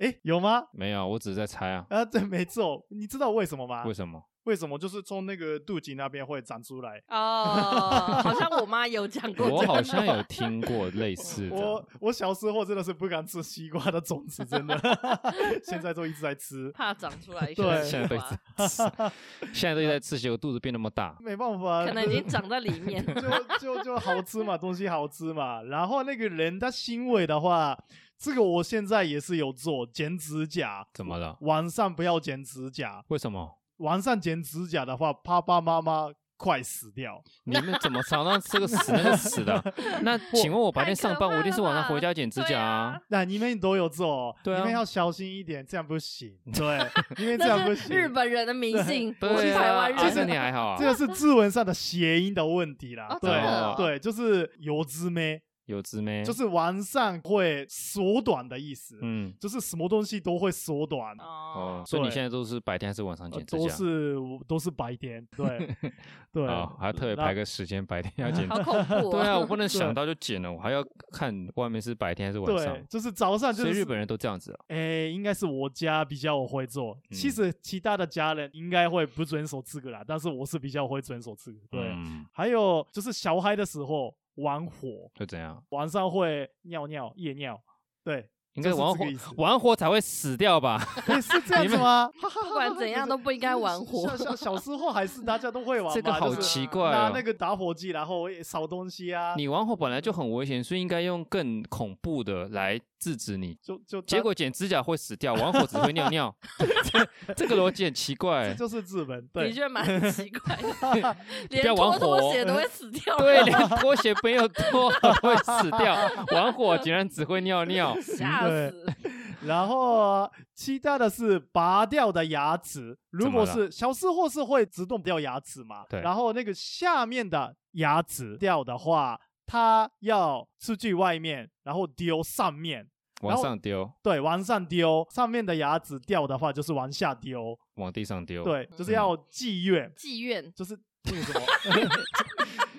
Speaker 1: 诶、有吗？
Speaker 2: 没有，我只是在猜啊。
Speaker 1: 啊，对，没错，你知道为什么吗？
Speaker 2: 为什么？
Speaker 1: 为什么就是从那个肚脐那边会长出来？
Speaker 3: 哦，好像我妈有讲过这
Speaker 2: 我
Speaker 3: 个，
Speaker 2: 好像有听过类 似的
Speaker 1: 我。我小时候真的是不敢吃西瓜的种子，真的， 现在都一直在吃，
Speaker 3: 怕长出来一
Speaker 1: 对
Speaker 3: 个
Speaker 2: 现在
Speaker 3: 西
Speaker 2: 都
Speaker 3: 瓜，
Speaker 2: 现在都在吃，结果肚子变那么大。
Speaker 1: 没办法，
Speaker 3: 可能 已经长在里面。
Speaker 1: 就就就好吃嘛，东西好吃嘛。然后那个人他行为的话，这个我现在也是有做剪指甲，
Speaker 2: 怎么 了？
Speaker 1: 晚上不要剪指甲，
Speaker 2: 为什么？
Speaker 1: 晚上剪指甲的话，爸爸妈妈快死掉。
Speaker 2: 你们怎么常常这个死那个死的？那请问我白天上班，
Speaker 3: 太可怕了吧
Speaker 2: 我一定是晚上回家剪指甲啊。
Speaker 1: 那你们都有做，
Speaker 2: 对啊
Speaker 1: 你们要小心一点，这样不行。对， 因为这样
Speaker 3: 那
Speaker 1: 不
Speaker 3: 是
Speaker 1: 行。
Speaker 3: 日本人的迷信，
Speaker 2: 对
Speaker 3: 不是
Speaker 2: 啊
Speaker 3: 台湾
Speaker 2: 啊那
Speaker 3: 人
Speaker 2: 你。还好啊
Speaker 1: 这。个是字文上的谐音的问题啦。
Speaker 3: 哦真
Speaker 1: 对、
Speaker 2: 的哦
Speaker 1: 对，就是油脂妹，
Speaker 2: 有姊妹，
Speaker 1: 就是晚上会缩短的意思。
Speaker 2: 嗯
Speaker 1: 就是什么东西都会缩短，
Speaker 2: 哦
Speaker 3: 哦，，
Speaker 2: 所以你
Speaker 1: 对
Speaker 2: 现在都是白天还是晚上
Speaker 1: 呃
Speaker 2: 剪指
Speaker 1: 都
Speaker 2: 甲？
Speaker 1: 是都是白天， 对对，
Speaker 2: 啊，还要特别
Speaker 1: 那
Speaker 2: 排个时间，白天要 剪。
Speaker 3: 好恐怖
Speaker 2: 对
Speaker 3: 哦！
Speaker 2: 啊，我不能想到就剪了，我还要看外面是白天还是晚
Speaker 1: 对
Speaker 2: 上，。
Speaker 1: 就是早上就
Speaker 2: 所以
Speaker 1: 是
Speaker 2: 日本人都这样子啊。
Speaker 1: 诶，应该是我家比较会做，其
Speaker 2: 嗯
Speaker 1: 实其他的家人应该会不遵守这个啦，但是我是比较会遵守这个。对，
Speaker 2: 嗯，
Speaker 1: 还有就是小孩的时候玩火，
Speaker 2: 就怎样？
Speaker 1: 晚上会尿尿夜尿，对，
Speaker 2: 应该
Speaker 1: 就是
Speaker 2: 玩
Speaker 1: 这
Speaker 2: 火
Speaker 1: 个意思
Speaker 2: 玩火才会死 掉吧？
Speaker 1: 哎是这样子吗？
Speaker 3: 不管怎样都不应该玩火
Speaker 1: 像。像小时候还是大家都会玩嘛，
Speaker 2: 这个好
Speaker 1: 就是
Speaker 2: 奇
Speaker 3: 啊
Speaker 2: 怪
Speaker 1: 拿
Speaker 2: 哦
Speaker 1: 那。个打火机，然后烧东西啊，
Speaker 2: 你玩火本来就很危险，所以应该用更恐怖的来制止你。
Speaker 1: 就就
Speaker 2: 结果剪指甲会死掉，玩火只会尿 尿，这这个逻辑很奇
Speaker 1: 这
Speaker 2: 怪。
Speaker 1: 就是日本，
Speaker 3: 的
Speaker 1: 对，
Speaker 3: 确蛮奇 怪的，
Speaker 2: 不要
Speaker 3: 连
Speaker 2: 玩
Speaker 3: 拖拖
Speaker 2: 火
Speaker 3: 鞋都会死掉。
Speaker 2: 对，连拖鞋没有脱 会死掉，玩火竟然只会尿尿。
Speaker 3: 吓
Speaker 1: 对
Speaker 3: 死！
Speaker 1: 然后期待的是拔掉的牙齿，如
Speaker 2: 怎
Speaker 1: 果
Speaker 2: 么
Speaker 1: 是小时候是会自动掉牙齿嘛？
Speaker 2: 对
Speaker 1: 然后那个下面的牙齿掉的话，它要出去外面，然后丢上面，
Speaker 2: 往
Speaker 1: 后
Speaker 2: 上丢，
Speaker 1: 对，往上丢。上面的牙齿掉的话，就是往下丢，
Speaker 2: 往地上丢。，
Speaker 1: 对，就是
Speaker 2: 嗯
Speaker 1: 要妓院，
Speaker 3: 妓院
Speaker 1: 就是那个什 么。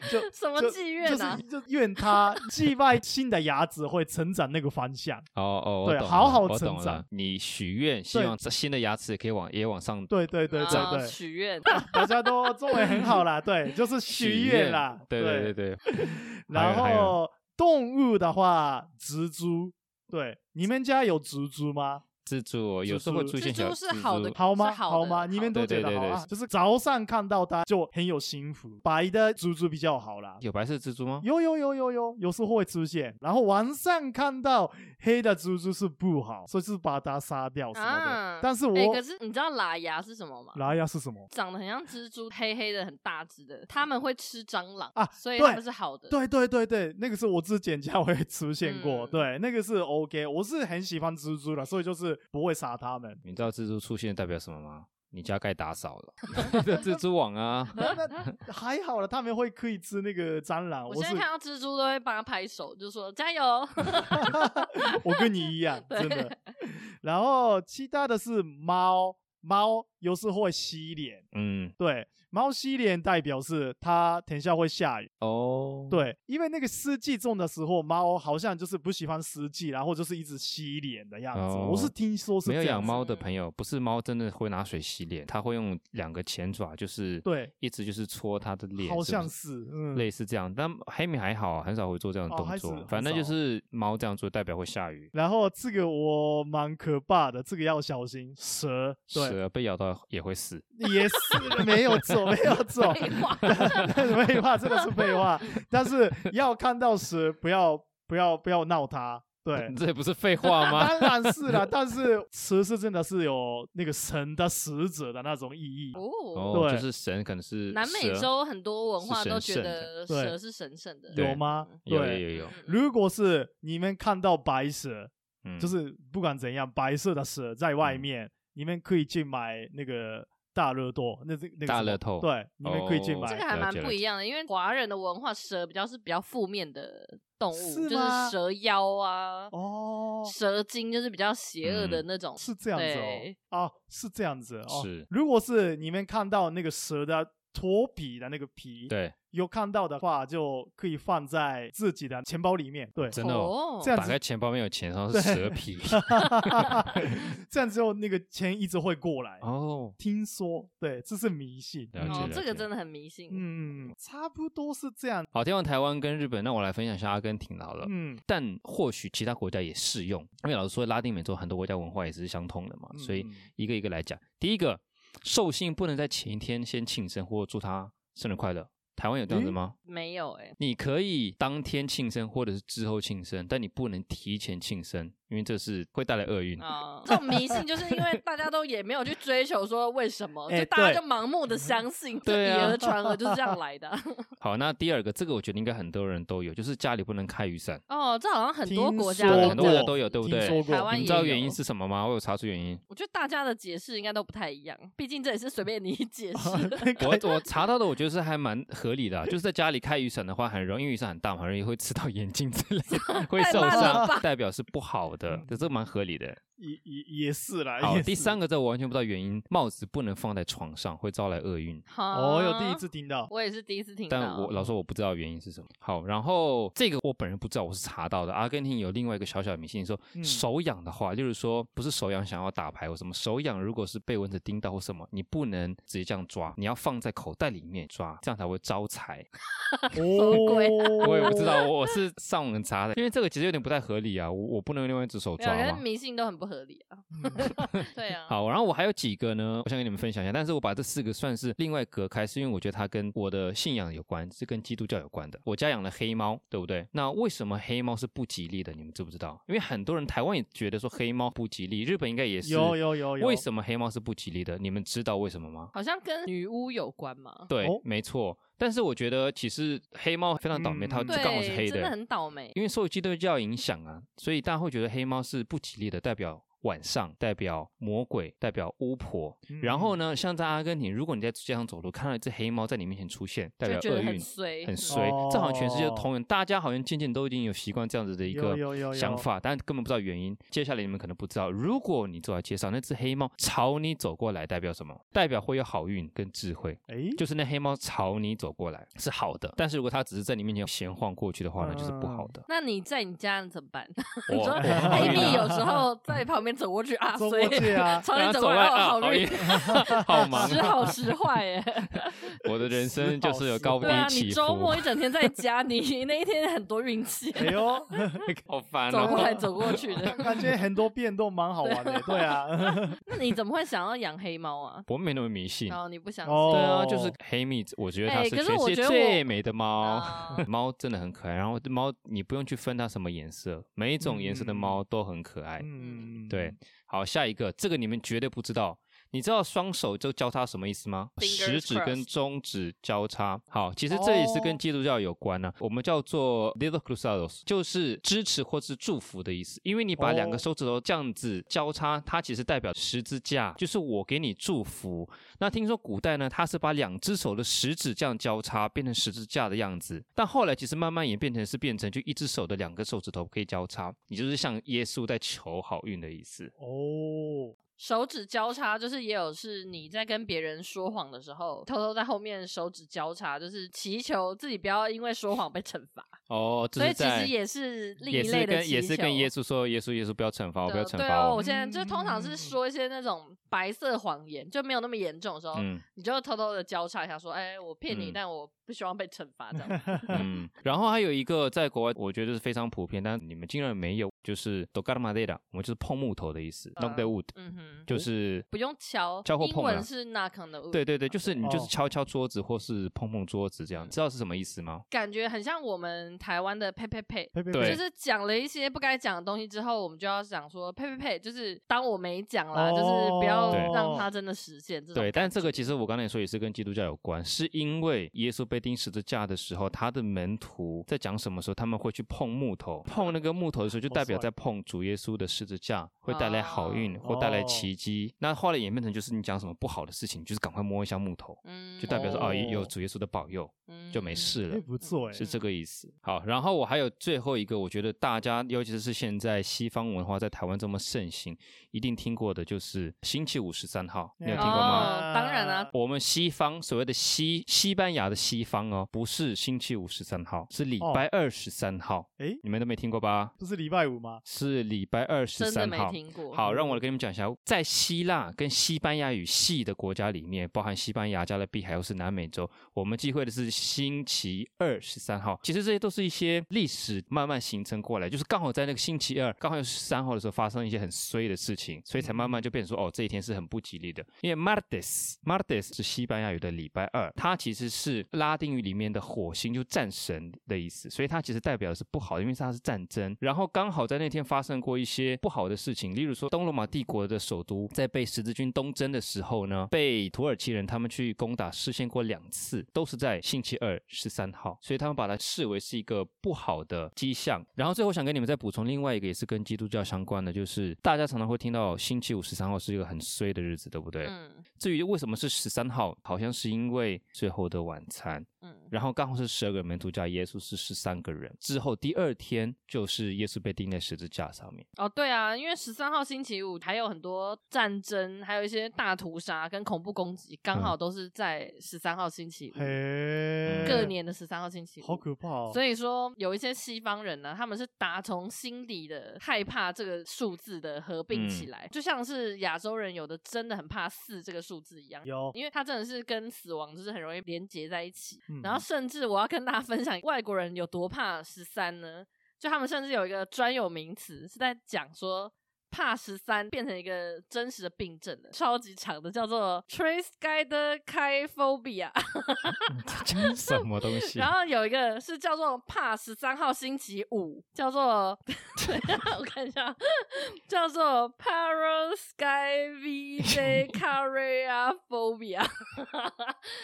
Speaker 1: 就
Speaker 3: 什么
Speaker 1: 就
Speaker 3: 妓院啊？
Speaker 1: 就是就愿它祭拜新的牙齿会成长那个方向。
Speaker 2: 哦哦，我
Speaker 1: 对
Speaker 2: 懂
Speaker 1: 好
Speaker 2: 了
Speaker 1: 好
Speaker 2: 我
Speaker 1: 成
Speaker 2: 懂
Speaker 1: 长
Speaker 2: 了。你许愿，希
Speaker 1: 对
Speaker 2: 望这新的牙齿可以往也往上
Speaker 1: 对对对对
Speaker 3: 啊
Speaker 1: 对，
Speaker 3: 许愿，
Speaker 1: 大家都中文很好啦，对，就是许愿啦，
Speaker 2: 对
Speaker 1: 对
Speaker 2: 对对对，
Speaker 1: 然
Speaker 2: 还有还
Speaker 1: 后动物的话，蜘蛛，对，你们家有蜘蛛吗？
Speaker 2: 蜘蛛哦有时候会出
Speaker 3: 蜘
Speaker 2: 现小
Speaker 3: 蛛是好的
Speaker 2: 蜘蛛
Speaker 1: 好吗？
Speaker 3: 是好的
Speaker 1: 吗？
Speaker 3: 好
Speaker 1: 你们都觉得
Speaker 2: 对对
Speaker 1: 好
Speaker 2: 对
Speaker 1: 啊？就是早上看到它就很有幸福，白的蜘蛛比较好啦。
Speaker 2: 有白色蜘蛛吗？
Speaker 1: 有有有有有，有时候会出现，然后晚上看到黑的蜘蛛是不好，所以是把它杀掉什么的。
Speaker 3: 啊
Speaker 1: 但是我
Speaker 3: 哎，可是你知道喇牙是什么吗？
Speaker 1: 拉亚是什么？
Speaker 3: 长得很像蜘蛛，黑黑的，很大只的，他们会吃蟑螂
Speaker 1: 啊
Speaker 3: 所以
Speaker 1: 对
Speaker 3: 他们是好的。
Speaker 1: 对对对对，那个是我之前 家会出现过，
Speaker 3: 嗯
Speaker 1: 对，那个是 OK，我是很喜欢蜘蛛的，所以就是不会杀它 们。
Speaker 2: 你知道蜘蛛出现代表什么吗？你家该打扫了， 蜘蛛 网啊，
Speaker 1: 那那还好了，他们会可以吃那个蟑螂，
Speaker 3: 我
Speaker 1: 我
Speaker 3: 现
Speaker 1: 是哦
Speaker 3: 在看到蜘蛛都会帮他拍手，就说加 油。
Speaker 1: 我跟你一样，
Speaker 3: 对
Speaker 1: 真的。然后其他的是猫，猫有时候会吸脸，
Speaker 2: 嗯，
Speaker 1: 对，猫吸脸代表是它等一下会下雨，
Speaker 2: 哦，，
Speaker 1: 对，因为那个湿气重的时候，猫好像就是不喜欢湿气，然后就是一直吸脸的样子。我
Speaker 2: 哦
Speaker 1: 是听说是
Speaker 2: 没有
Speaker 1: 这样
Speaker 2: 养
Speaker 1: 子
Speaker 2: 猫的朋友，不是猫真的会拿水洗脸，它会用两个前爪，就是
Speaker 1: 对，
Speaker 2: 一直就是戳它的脸，
Speaker 1: 好
Speaker 2: 不
Speaker 1: 像是，嗯，
Speaker 2: 类似这样，但黑米还好，很少会做这样的
Speaker 1: 哦还
Speaker 2: 动
Speaker 1: 是
Speaker 2: 作。
Speaker 1: 很
Speaker 2: 反正就
Speaker 1: 少
Speaker 2: 是猫这样做代表会下雨，
Speaker 1: 然后这个我蛮可怕的，这个要小心。蛇，对，
Speaker 2: 蛇被咬到也会死。。
Speaker 1: 也是没有错，没有错，
Speaker 3: 废话，
Speaker 1: 废话，真的是废话。但是要看到蛇，不要不要不要闹它，对
Speaker 2: 这不是废话吗？
Speaker 1: 当然是了，但是蛇是真的是有那个神的使者的那种意义，
Speaker 3: 哦，
Speaker 2: 哦，就
Speaker 1: 对
Speaker 2: 是神可能是
Speaker 3: 南美
Speaker 2: 蛇
Speaker 3: 洲很多文
Speaker 2: 是
Speaker 3: 化都
Speaker 2: 神
Speaker 3: 觉
Speaker 2: 圣的
Speaker 3: 得
Speaker 1: 对
Speaker 3: 蛇是神圣的，嗯
Speaker 2: 对
Speaker 1: 有吗？
Speaker 2: 有
Speaker 1: 对，
Speaker 2: 有有有，
Speaker 1: 如果是你们看到白蛇，
Speaker 2: 嗯，
Speaker 1: 就是不管怎样，白色的蛇在外
Speaker 2: 嗯
Speaker 1: 面，你们可以去买那个大乐多，那这那个
Speaker 2: 大
Speaker 1: 什么
Speaker 2: 乐透
Speaker 1: 对，你们可以去
Speaker 2: 哦
Speaker 1: 买。
Speaker 3: 这个还
Speaker 2: 了
Speaker 3: 蛮
Speaker 2: 解
Speaker 3: 不
Speaker 2: 了
Speaker 3: 一样的，因为华人的文化，蛇比较是比较负面的动物，
Speaker 1: 是
Speaker 3: 就
Speaker 1: 吗
Speaker 3: 是蛇妖啊，
Speaker 1: 哦，
Speaker 3: 蛇精就是比较邪恶的
Speaker 2: 嗯
Speaker 3: 那种。
Speaker 1: 是这样子
Speaker 3: 对
Speaker 1: 哦，啊，是这样子哦。
Speaker 2: 是
Speaker 1: 如果是你们看到那个蛇的脱皮的那个皮，，
Speaker 2: 对，
Speaker 1: 有看到的话，就可以放在自己的钱包里面。 对，
Speaker 2: 真的哦。
Speaker 1: 这样
Speaker 2: 打
Speaker 1: 子
Speaker 2: 开钱包没有钱，然后是蛇皮。
Speaker 1: 这样之后那个钱一直会过来。
Speaker 2: 哦，
Speaker 1: 听说，对，这是迷信。
Speaker 2: 了解
Speaker 3: 哦
Speaker 2: 了，
Speaker 3: 这个
Speaker 2: 解
Speaker 3: 真的很迷信。
Speaker 1: 嗯，差不多是这样。
Speaker 2: 好，听完台湾跟日本，那我来分享一下阿根廷好了。
Speaker 1: 嗯，
Speaker 2: 但或许其他国家也适用，因为老实说，拉丁美洲很多国家文化也是相通的嘛，所以
Speaker 1: 嗯
Speaker 2: 一个一个来讲。第一个，寿星不能在前一天先庆生或祝他生日快乐。台湾有这样子
Speaker 1: 诶
Speaker 2: 吗？
Speaker 3: 没有哎、
Speaker 2: 你可以当天庆生或者是之后庆生，但你不能提前庆生，因为这是会带来厄运。
Speaker 3: 啊、这种迷信就是因为大家都也没有去追求说为什么，
Speaker 1: 哎
Speaker 3: 就大家
Speaker 1: 对
Speaker 3: 就盲目的相信，这
Speaker 2: 对
Speaker 3: 以
Speaker 2: 啊
Speaker 3: 讹传讹就是这样 来的。
Speaker 2: 好，那第二个，这个我觉得应该很多人都有，就是家里不能开雨伞。
Speaker 3: 哦，这好像很多
Speaker 1: 听
Speaker 3: 国家
Speaker 1: 说
Speaker 2: 对
Speaker 3: 都
Speaker 2: 很多国
Speaker 3: 这
Speaker 2: 家
Speaker 3: 样
Speaker 2: 都有
Speaker 3: 子
Speaker 2: 对不
Speaker 1: 听
Speaker 2: 对
Speaker 1: 说过
Speaker 3: 台湾
Speaker 2: 你
Speaker 3: 也
Speaker 2: 知道原因
Speaker 3: 有哦
Speaker 2: 是什么吗？我有查出原因。
Speaker 3: 我觉得大家的解释应该都不太一样，毕竟这也是 随便你解释。
Speaker 2: 我我查到的，我觉得是还蛮合理的啊、就是在家里开雨伞的话，很容易，因为雨伞很大嘛，很容易会刺到眼睛之类的，会
Speaker 3: 太
Speaker 2: 受
Speaker 3: 慢了吧
Speaker 2: 伤，代表是不好的，这这蛮合理的。
Speaker 1: 也也也是啦。
Speaker 2: 好，
Speaker 1: 啊也
Speaker 2: 第
Speaker 1: 是
Speaker 2: 三，个这我完全不知道原因，帽子不能放在床上，会招来厄运。
Speaker 1: 哦，
Speaker 3: 哦
Speaker 1: 有第一，次听到，
Speaker 3: 我也是第一次听到。嗯
Speaker 2: 但我老实说我不知道原因是什么。好，然后这个我本人不知道，我是查到的。阿根廷有另外一个小小的迷信，说
Speaker 1: 嗯
Speaker 2: 手痒的话，例如说不是手痒想要打牌或什么，手痒如果是被蚊子叮到或什么，你不能直接这样抓，你要放在口袋里面抓，这样才会招财。
Speaker 1: 哦
Speaker 3: 啊鬼，
Speaker 2: 我也不知
Speaker 3: 哦
Speaker 2: 道，我是上网查的，因为这个其实有点不太合理啊，我我不能用另外一只手
Speaker 3: 没有，
Speaker 2: 抓
Speaker 3: 啊可是
Speaker 2: 嘛。
Speaker 3: 迷信都很不 合理啊。
Speaker 1: 嗯
Speaker 3: 对啊，
Speaker 2: 好，然后我还有几个呢，我想跟你们分享一下，但是我把这四个算是另外隔开，是因为我觉得它跟我的信仰有关，是跟基督教有关的。我家养了黑猫，对不对？那为什么黑猫是不吉利的？你们知不知道？因为很多人台湾也觉得说黑猫不吉利，日本应该也是。
Speaker 1: 有有有有，
Speaker 2: 为什么黑猫是不吉利的？你们知道为什么吗？
Speaker 3: 好像跟女巫有关嘛。
Speaker 2: 对，
Speaker 1: 哦
Speaker 2: 没错。但是我觉得其实黑猫非常倒霉，它
Speaker 1: 嗯
Speaker 2: 就刚好是
Speaker 3: 对，
Speaker 2: 黑
Speaker 3: 真的很倒霉。
Speaker 2: 因为受基督教影响啊，所以大家会觉得黑猫是不吉利的，代表晚上，代表魔鬼，代表巫婆。
Speaker 1: 嗯
Speaker 2: 然后呢，像在阿根廷，如果你在街上走路看到一只黑猫在你面前出现，代
Speaker 3: 就
Speaker 2: 表
Speaker 3: 觉
Speaker 2: 厄
Speaker 3: 得很
Speaker 2: 运。
Speaker 3: 衰，
Speaker 2: 很
Speaker 3: 嗯
Speaker 2: 衰，这好像全世界都
Speaker 1: 哦
Speaker 2: 通用，大家好像渐渐都已经有习惯这样子的一
Speaker 1: 有
Speaker 2: 个
Speaker 1: 有有有
Speaker 2: 想法，但根本不知道原因。接下来你们可能不知道，如果你走在街上，那只黑猫朝你走过来，代表什么？代表会有好运跟智慧。
Speaker 1: 哎，
Speaker 2: 就是那黑猫朝你走过来是好的，但是如果它只是在你面前闲晃过去的话呢，就是不好的。
Speaker 3: 那你在你家怎么办？
Speaker 2: 我
Speaker 3: 嗯你说
Speaker 2: 我好
Speaker 3: 黑
Speaker 2: 运
Speaker 3: 蜜
Speaker 2: 啊
Speaker 3: 有时 候在旁边走过去啊，
Speaker 1: 周
Speaker 3: 所以，
Speaker 1: 末界啊
Speaker 3: 朝
Speaker 2: 然
Speaker 3: 你
Speaker 2: 后
Speaker 3: 走
Speaker 2: 走
Speaker 3: 过
Speaker 2: 来
Speaker 3: 来，哦，
Speaker 2: 啊好
Speaker 3: 好运
Speaker 2: 运， 好忙啊
Speaker 3: 时好时坏耶。
Speaker 2: 我的人生就是有高低
Speaker 3: 对啊，你
Speaker 2: 起伏，
Speaker 3: 周末一整天在家，你 那一天很多运气，
Speaker 1: 哎呦，
Speaker 2: 好烦
Speaker 3: 走过来
Speaker 2: 哦。
Speaker 3: 走过去的。
Speaker 1: 感觉很多变都蛮好玩的，对啊，
Speaker 3: 那你怎么会想要养黑猫啊？
Speaker 2: 我没那么迷信
Speaker 3: 然，后你不想
Speaker 1: 哦
Speaker 2: 对啊，就是黑蜜，我觉得它
Speaker 3: 哎
Speaker 2: 是
Speaker 3: 可是
Speaker 2: 全
Speaker 3: 我
Speaker 2: 世
Speaker 3: 觉
Speaker 2: 界
Speaker 3: 得
Speaker 2: 最
Speaker 3: 我
Speaker 2: 美的猫。
Speaker 3: 啊
Speaker 2: 猫真的很可爱，然后猫你不用去分它什么颜色，每一种颜色的
Speaker 1: 嗯
Speaker 2: 猫都很可爱。
Speaker 1: 嗯，
Speaker 2: 对，好，下一个，这个你们绝对不知道。你知道双手就交叉什么意思吗？
Speaker 3: Fingers
Speaker 2: 食指跟
Speaker 3: crossed
Speaker 2: 中指交叉。好，其实这也是
Speaker 1: 哦
Speaker 2: 跟基督教有关呢、我们叫做 little cruzados，就是支持或是祝福的意思。因为你把两个
Speaker 1: 哦
Speaker 2: 手指头这样子交叉，它其实代表十字架，就是我给你祝福。那听说古代呢，它是把两只手的食指这样交叉，变成十字架的样子。但后来其实慢慢也变成是变成就一只手的两个手指头可以交叉，也就是像耶稣在求好运的意思。
Speaker 1: 哦，
Speaker 3: 手指交叉，就是也有是你在跟别人说谎的时候，偷偷在后面手指交叉，就是祈求自己不要因为说谎被惩罚。
Speaker 2: 哦，这
Speaker 3: 所以
Speaker 2: 是
Speaker 3: 其
Speaker 2: 在
Speaker 3: 实也是另
Speaker 2: 也
Speaker 3: 一
Speaker 2: 是
Speaker 3: 类的
Speaker 2: 跟
Speaker 3: 祈求，
Speaker 2: 也是跟耶稣说，耶稣耶稣不要惩罚我，不要
Speaker 3: 对
Speaker 2: 惩
Speaker 3: 对
Speaker 2: 罚嗯
Speaker 3: 哦，
Speaker 2: 我
Speaker 3: 我。现在就通常是说一些那种白色谎言，就没有那么严重的时候，
Speaker 2: 嗯
Speaker 3: 你就偷偷的交叉一下说，哎，我骗你，
Speaker 2: 嗯
Speaker 3: 但我不希望被惩罚这 样。
Speaker 2: 嗯，然后还有一个在国外，我觉得是非常普遍，但你们竟然没有，就是 d o g a r m a d e r a 我们就是碰木头的意思，knock the wood，
Speaker 3: 嗯哼，
Speaker 2: 就是
Speaker 3: 不用敲，
Speaker 2: 敲或
Speaker 3: 英
Speaker 2: 碰啊
Speaker 3: 文是 knock on the wood，
Speaker 2: 对对对，就是你就是
Speaker 1: 哦
Speaker 2: 敲敲桌子或是碰碰桌子这
Speaker 3: 嗯
Speaker 2: 样，知道是什么意思吗？
Speaker 3: 感觉很像我们台湾的呸呸呸。
Speaker 1: 呸呸
Speaker 2: 对
Speaker 1: 呸，
Speaker 3: 就是讲了一些不该讲的东西之后，我们就要想说呸呸呸，就是当我没讲啦，
Speaker 1: 哦
Speaker 3: 就是不要
Speaker 2: 对
Speaker 3: 让它真的实现。这种
Speaker 2: 对，
Speaker 3: 感
Speaker 2: 但这个其实我刚才也说也是跟基督教有关，是因为耶稣被钉十字架的时候，他的门徒在讲什么时候，他们会去碰木头，碰那个木头的时候，就
Speaker 1: 好
Speaker 2: 代表
Speaker 1: 帅
Speaker 2: 在碰主耶稣的十字架，会带来好运、或带来
Speaker 1: 哦
Speaker 2: 奇迹。那后来演变成就是你讲什么不好的事情，就是赶快摸一下木头，
Speaker 3: 嗯
Speaker 2: 就代表说哦
Speaker 1: 哦
Speaker 2: 有主耶稣的保佑，就没事了
Speaker 1: 哎。不错哎，
Speaker 2: 是这个意思。好，然后我还有最后一个，我觉得大家，尤其是现在西方文化在台湾这么盛行，一定听过的就是星期五十三号，
Speaker 1: 哎
Speaker 2: 你有听过吗？
Speaker 3: 哦当然啊，
Speaker 2: 我们西方所谓的西西班牙的西方哦，不是星期五十三号，是礼
Speaker 3: 哦
Speaker 2: 拜二十三号。
Speaker 1: 哎，
Speaker 2: 你们都没听过吧？
Speaker 1: 不是礼拜五吗？
Speaker 2: 是礼拜二十
Speaker 3: 真的
Speaker 2: 三
Speaker 3: 没
Speaker 2: 号。
Speaker 3: 听过。
Speaker 2: 好，让我来跟你们讲一下，在希腊跟西班牙语系的国家里面，包含西班牙、加勒比海又是南美洲，我们忌讳的是星期二十三号。其实这些都是一些历史慢慢形成过来，就是刚好在那个星期二，刚好十三号的时候发生一些很衰的事情，所以才慢慢就变成说，哦，这一天是很不吉利的。因为 martes，martes 是西班牙语的礼拜二，它其实是拉丁语里面的火星，就战神的意思，所以它其实代表的是不好的，因为它是战争。然后刚好在那天发生过一些不好的事情，例如说东罗马帝国的首都在被十字军东征的时候呢，被土耳其人他们去攻打，失陷过两次，都是在星期二十三号，所以他们把它视为是一个不好的迹象。然后最后想跟你们再补充另外一个也是跟基督教相关的，就是大家常常会听到星期五十三号是一个很衰的日子，对不对？
Speaker 3: 嗯，
Speaker 2: 至于为什么是十三号，好像是因为最后的晚餐。
Speaker 3: 嗯，
Speaker 2: 然后刚好是十二个门徒加耶稣是十三个人。之后第二天就是耶稣被钉在十字架上面。
Speaker 3: 哦，对啊，因为十三号星期五还有很多战争，还有一些大屠杀跟恐怖攻击，
Speaker 2: 嗯
Speaker 3: 刚好都是在十三号星期五，
Speaker 2: 嗯
Speaker 1: 嘿，
Speaker 3: 各年的十三号星期五，
Speaker 1: 好可怕哦！
Speaker 3: 所以说，有一些西方人呢、他们是打从心底的害怕这个数字的合并
Speaker 1: 嗯
Speaker 3: 起来，就像是亚洲人有的真的很怕四这个数字一样，
Speaker 1: 有，
Speaker 3: 因为它真的是跟死亡就是很容易连结在一起。
Speaker 1: 嗯
Speaker 3: 然后，甚至我要跟大家分享，外国人有多怕十三呢？就他们甚至有一个专有名词是在讲说。怕十三变成一个真实的病症的，超级长的，叫做 Trace Guide Kyphobia。
Speaker 2: 讲什么东西？
Speaker 3: 然后有一个是叫做怕十三号星期五，叫做 我看一下， 叫做 Parosky V J Caria Phobia，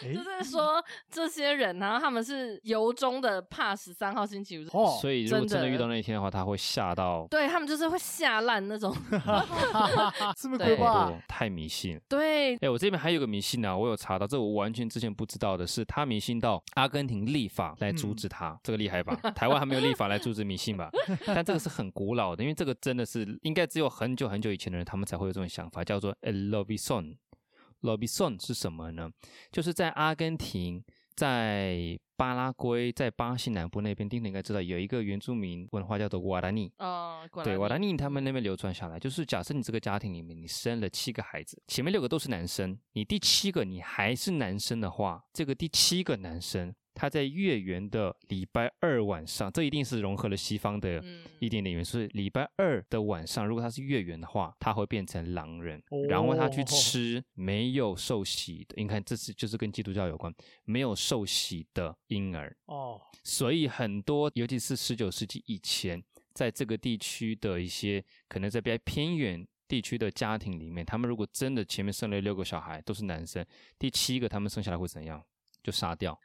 Speaker 1: 诶
Speaker 3: 就是说这些人，然后他们是由衷的怕十三号星期五，
Speaker 1: 哦，
Speaker 2: 所以如果
Speaker 3: 真
Speaker 2: 真的
Speaker 3: 的
Speaker 2: 遇到那一天的话，他会吓到
Speaker 3: 对他们就是会吓烂那种，
Speaker 1: 这么可
Speaker 3: 对
Speaker 1: 怕
Speaker 2: 多，，太迷信了。
Speaker 3: 对，
Speaker 2: 哎，我这边还有个迷信呢、我有查到，这我完全之前不知道的是，他迷信到阿根廷立法来阻止他，这个厉害吧？台湾还没有立法来阻止迷信吧？但这个是很古老的，因为这个真的是应该只有很久很久以前的人，他们才会有这种想法，叫做 l o b i s o n l o b i s o n 是什么呢？就是在阿根廷。在巴拉圭，在巴西南部那边，丁丁应该知道有一个原住民文化叫做瓦达尼，
Speaker 3: 嗯，果
Speaker 2: 对，
Speaker 3: 然
Speaker 2: 瓦达尼他们那边流传下来，就是假设你这个家庭里面你生了七个孩子，前面六个都是男生，你第七个你还是男生的话，这个第七个男生他在月圆的礼拜二晚上，这一定是融合了西方的
Speaker 3: 嗯
Speaker 2: 一点点元素。礼拜二的晚上，如果他是月圆的话，他会变成狼人，然后他去
Speaker 1: 哦
Speaker 2: 吃没有受洗的，你看这是就是跟基督教有关，没有受洗的婴儿。
Speaker 1: 哦，
Speaker 2: 所以很多，尤其是十九世纪以前，在这个地区的一些可能在比较偏远地区的家庭里面，他们如果真的前面生了六个小孩都是男生，第七个他们生下来会怎样？就杀掉，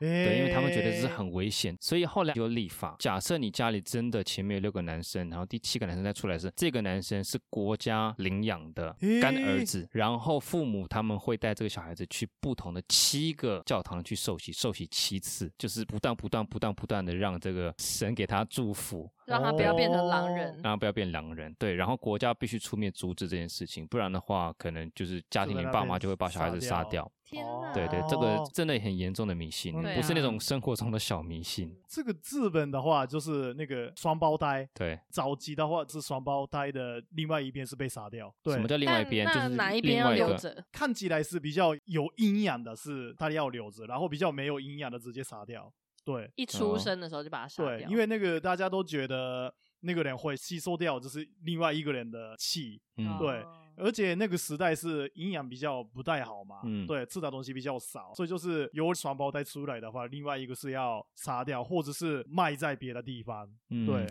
Speaker 2: 对，
Speaker 1: 对
Speaker 2: 因为他们觉得这
Speaker 1: 哎
Speaker 2: 是很危险，所以后来有立法。假设你家里真的前面有六个男生，然后第七个男生再出来是这个男生是国家领养的干儿子，然后父母他们会带这个小孩子去不同的七个教堂去受洗，受洗七次，就是不断不断不断不断的让这个神给他祝福，
Speaker 3: 让他不要变成狼
Speaker 1: 哦
Speaker 3: 人，
Speaker 2: 然后不要变狼人。对，然后国家必须出面阻止这件事情，不然的话，可能就是家庭里面爸妈就会把小孩子杀掉。
Speaker 3: 天
Speaker 1: 哦
Speaker 3: 哪，
Speaker 2: 对对，这个真的很严重的迷信，
Speaker 1: 嗯
Speaker 3: 对
Speaker 2: 不是那
Speaker 3: 啊
Speaker 2: 种生活中的小迷信。
Speaker 1: 这个日本的话，就是那个双胞胎，
Speaker 2: 对，
Speaker 1: 早期的话是双胞胎的另外一边是被杀掉，对
Speaker 2: 什么，叫另
Speaker 3: 但
Speaker 2: 外一边？就
Speaker 3: 那
Speaker 2: 是
Speaker 3: 哪一
Speaker 2: 另
Speaker 3: 边要
Speaker 2: 外一
Speaker 3: 留
Speaker 2: 个。
Speaker 3: 着？
Speaker 1: 看起来是比较有营养的是他要留着，然后比较没有营养的直接杀掉，对
Speaker 3: 一
Speaker 2: 哦
Speaker 3: 出生的时候就把他杀
Speaker 1: 对，
Speaker 3: 掉，
Speaker 1: 因为那个大家都觉得那个人会吸收掉，就是另外一个人的气，
Speaker 2: 嗯，
Speaker 1: 对
Speaker 3: 哦
Speaker 1: 而且那个时代是营养比较不太好嘛，
Speaker 2: 嗯
Speaker 1: 对，吃的东西比较少，所以就是有双胞胎出来的话，另外一个是要杀掉，或者是卖在别的地方，
Speaker 2: 嗯
Speaker 1: 对，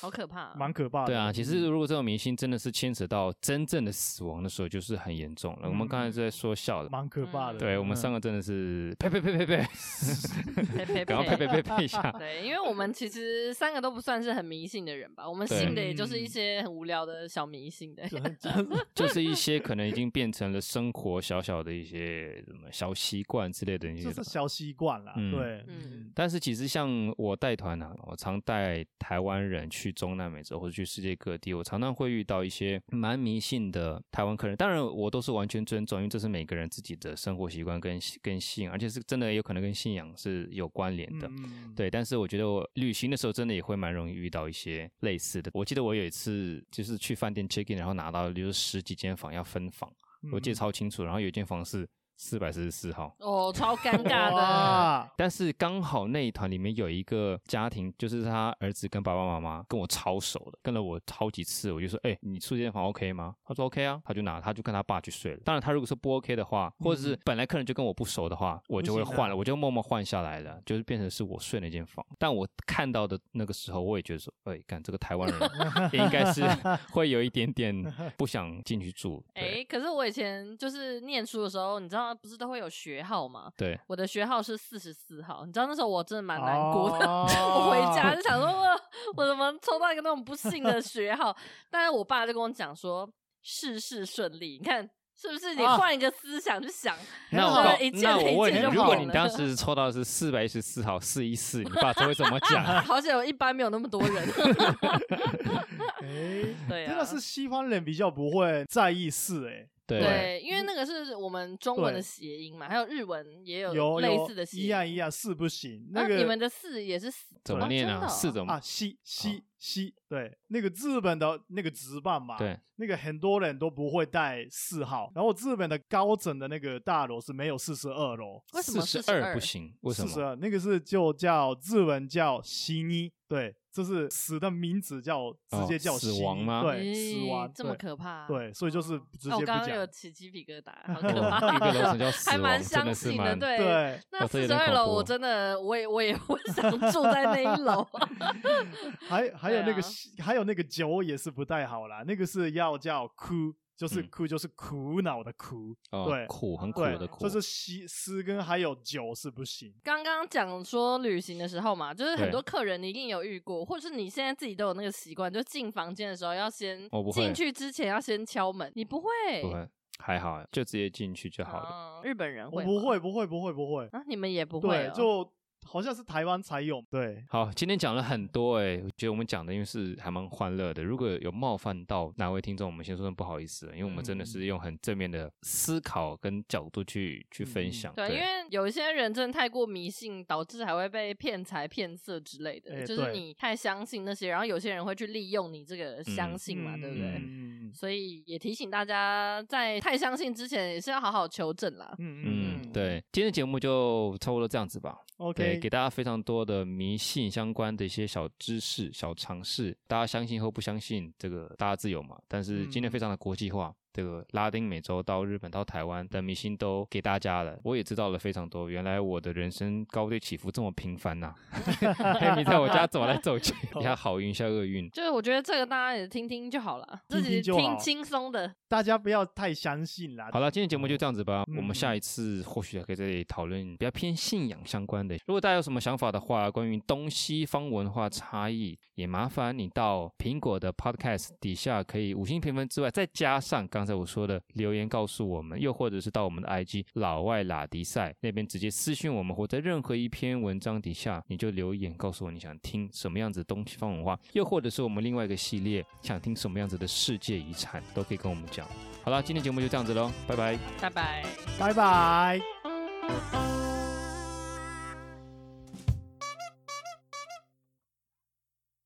Speaker 3: 好可怕、啊，
Speaker 1: 蛮可怕的。嗯
Speaker 2: 对啊，其实如果这种迷信真的是牵扯到真正的死亡的时候，就是很严重了。我们刚才是在说笑的，
Speaker 1: 蛮可嗯怕的。
Speaker 2: 对我们
Speaker 1: 嗯
Speaker 2: 三个真的是呸呸呸呸 呸，
Speaker 3: 呸呸
Speaker 2: 赶快
Speaker 3: 呸
Speaker 2: 呸呸呸一下。
Speaker 3: 对，因为我们其实三个都不算是很迷信的人吧，我们
Speaker 2: 对
Speaker 3: 信的也就是一些很无聊的小迷信的。
Speaker 2: 就是一些可能已经变成了生活小小的一些什么小习惯之类的一
Speaker 1: 就
Speaker 2: 些
Speaker 1: 是
Speaker 2: 东西。
Speaker 1: 小习惯啦，
Speaker 2: 嗯
Speaker 1: 对，
Speaker 3: 嗯
Speaker 2: 但是其实像我带团啊，我常带台湾人去中南美洲或者去世界各地，我常常会遇到一些蛮迷信的台湾客人。当然，我都是完全尊重，因为这是每个人自己的生活习惯跟跟信，而且是真的有可能跟信仰是有关联的。
Speaker 1: 嗯，
Speaker 2: 对，但是我觉得我旅行的时候真的也会蛮容易遇到一些类似的。我记得我有一次就是去饭店 check in，然后拿到就是十几间房要分房，
Speaker 1: 嗯
Speaker 2: 我记得超清楚。然后有一间房是四百四十四号，
Speaker 3: 哦，超尴尬的，
Speaker 1: 哇
Speaker 2: 但是刚好那一团里面有一个家庭，就是他儿子跟爸爸妈妈跟我超熟的，跟了我好几次，我就说，哎、你住这间房 OK 吗？他说 OK 啊，他就拿，他就跟他爸去睡了。当然，他如果说不 OK 的话，或者是本来客人就跟我不熟的话，我就会
Speaker 1: 嗯不行啊
Speaker 2: 换了，我就默默换下来了，就是变成是我睡那间房。但我看到的那个时候，我也觉得说，哎、干这个 台湾人应该是会有一点点不想进去住，
Speaker 3: 哎、
Speaker 2: 对
Speaker 3: 可是我以前就是念书的时候，你知道不是都会有学号吗？
Speaker 2: 对，
Speaker 3: 我的学号是四十四号，你知道那时候我真的蛮难过的。
Speaker 1: 哦
Speaker 3: 我回家就想 说，我我怎么抽到一个那种不幸的学号？但是我爸就跟我讲说，事事顺利。你看是不是？你
Speaker 1: 啊
Speaker 3: 换一个思想去想，
Speaker 2: 那
Speaker 1: 我
Speaker 2: 我
Speaker 3: 一件
Speaker 2: 那我
Speaker 3: 一
Speaker 2: 问
Speaker 3: 件
Speaker 2: 你
Speaker 3: 就，
Speaker 2: 如果
Speaker 3: 好
Speaker 2: 你
Speaker 3: 了
Speaker 2: 当时抽到的是四百一十四号四一四，你爸这会怎么 讲？
Speaker 3: 好险我一般没有那么多人。
Speaker 1: 哎，
Speaker 3: 对啊，
Speaker 1: 真的是西方人比较不会在意事哎，
Speaker 2: 对
Speaker 3: 对，因为那个是我们中文
Speaker 1: 对
Speaker 3: 的谐音嘛，还有日文也
Speaker 1: 有
Speaker 3: 类
Speaker 1: 有
Speaker 3: 似的谐
Speaker 1: 一
Speaker 3: 音。
Speaker 1: 样一样事不行，那
Speaker 3: 啊
Speaker 1: 个
Speaker 3: 你们的四也是死
Speaker 2: 怎么
Speaker 3: 哦
Speaker 2: 念
Speaker 3: 真的
Speaker 2: 啊？
Speaker 3: 哦
Speaker 2: 四怎么
Speaker 1: 啊，？西西西，对，那个日本的那个直棒嘛，，
Speaker 2: 对，
Speaker 1: 那个很多人都不会带四号，然后日本的高层的那个大楼是没有四十二楼，
Speaker 3: 为什么
Speaker 2: 四十
Speaker 3: 42
Speaker 2: 二不行？为什
Speaker 1: 四十
Speaker 2: 么？
Speaker 1: 二那个是就叫日文叫西尼，对，这是死的名字叫直接叫
Speaker 2: 哦死
Speaker 1: 西尼
Speaker 2: 亡吗
Speaker 1: 对，
Speaker 3: 咦
Speaker 1: 死亡，
Speaker 3: 这么
Speaker 1: 对
Speaker 3: 可怕，
Speaker 1: 对，所以就是
Speaker 3: 哦
Speaker 1: 直
Speaker 3: 啊
Speaker 1: 接
Speaker 3: 我
Speaker 1: 不
Speaker 3: 刚
Speaker 1: 讲，
Speaker 3: 刚有起鸡皮疙瘩， 好
Speaker 2: 哦
Speaker 3: 可怕，
Speaker 2: 一个楼层 叫
Speaker 3: 还
Speaker 2: 死
Speaker 3: 蛮
Speaker 2: 亡，真
Speaker 3: 相
Speaker 2: 的是
Speaker 3: 信
Speaker 2: 蛮
Speaker 3: 对。
Speaker 1: 对，
Speaker 3: 那
Speaker 2: 哦这
Speaker 3: 四
Speaker 2: 有
Speaker 3: 十
Speaker 2: 点
Speaker 3: 二
Speaker 2: 恐
Speaker 3: 楼，
Speaker 2: 怖
Speaker 3: 我真的，我也我也会 想住在那一楼。
Speaker 1: 还还有那
Speaker 3: 对
Speaker 1: 个
Speaker 3: 啊
Speaker 1: 西、还有那个酒也是不太好啦，那个是要叫哭，就是
Speaker 2: 嗯
Speaker 1: 哭、就是苦恼的苦，
Speaker 2: 哦
Speaker 1: 对，
Speaker 2: 苦很苦
Speaker 1: 对
Speaker 2: 的，苦，
Speaker 1: 就是西诗跟还有酒是不行，
Speaker 3: 刚刚讲说旅行的时候嘛，就是很
Speaker 2: 对
Speaker 3: 多客人你一定有遇过，或者是你现在自己都有那个习惯，就进房间的时候要先
Speaker 2: 我不会
Speaker 3: 进去之前要先敲门，你不会？
Speaker 2: 不会还好，啊就直接进去就好了。
Speaker 3: 哦日本人
Speaker 1: 我
Speaker 3: 会
Speaker 1: 不
Speaker 3: 吗
Speaker 1: 会不会不会不会，
Speaker 3: 啊，你们也不会
Speaker 1: 对
Speaker 3: 哦、，
Speaker 1: 就好像是台湾才有，对，
Speaker 2: 好，今天讲了很多哎、我觉得我们讲的因为是还蛮欢乐的。如果有冒犯到哪位听众，我们先说声不好意思了，因为我们真的
Speaker 3: 嗯
Speaker 2: 是用很正面的思考跟角度去去
Speaker 1: 嗯
Speaker 2: 分享。
Speaker 3: 对，啊因为有一些人真的太过迷信，导致还会被骗财骗色之类的，
Speaker 1: 哎
Speaker 3: 就是
Speaker 1: 对
Speaker 3: 你太相信那些，然后有些人会去利用你这个相信嘛，对不对？
Speaker 1: 嗯
Speaker 3: 所以也提醒大家，在太相信之前，也是要好好求证啦。
Speaker 1: 嗯
Speaker 2: 嗯，对，今天的节目就差不多这样子吧。对，
Speaker 1: ，OK，
Speaker 2: 给大家非常多的迷信相关的一些小知识、小常识，大家相信或不相信，这个大家自由嘛。但是今天
Speaker 1: 嗯
Speaker 2: 非常的国际化，这个拉丁美洲到日本到台湾的迷信都给大家了，我也知道了非常多。原来我的人生高低起伏这么频繁呐、 黑米在我家走来走 去，
Speaker 1: 哦
Speaker 2: 一下好运，一下厄运。
Speaker 3: 就是我觉得这个大家也听听就好了，
Speaker 1: 听
Speaker 3: 自己
Speaker 1: 听就好
Speaker 3: 听轻松的。
Speaker 1: 大家不要太相信啦，
Speaker 2: 好了，今天节目就这样子吧。
Speaker 1: 嗯
Speaker 2: 我们下一次或许还可以在这里讨论比较偏信仰相关的。如果大家有什么想法的话，关于东西方文化差异，也麻烦你到苹果的 Podcast 底下可以五星评分之外，再加上刚才我说的留言告诉我们，又或者是到我们的 IG 老外拉迪赛那边直接私讯我们，或在任何一篇文章底下你就留言告诉我你想听什么样子的东西方文化，又或者是我们另外一个系列想听什么样子的世界遗产，都可以跟我们讲。好了，今天节目就这样子喽，拜拜。
Speaker 3: 拜拜。
Speaker 1: 拜拜。
Speaker 4: thank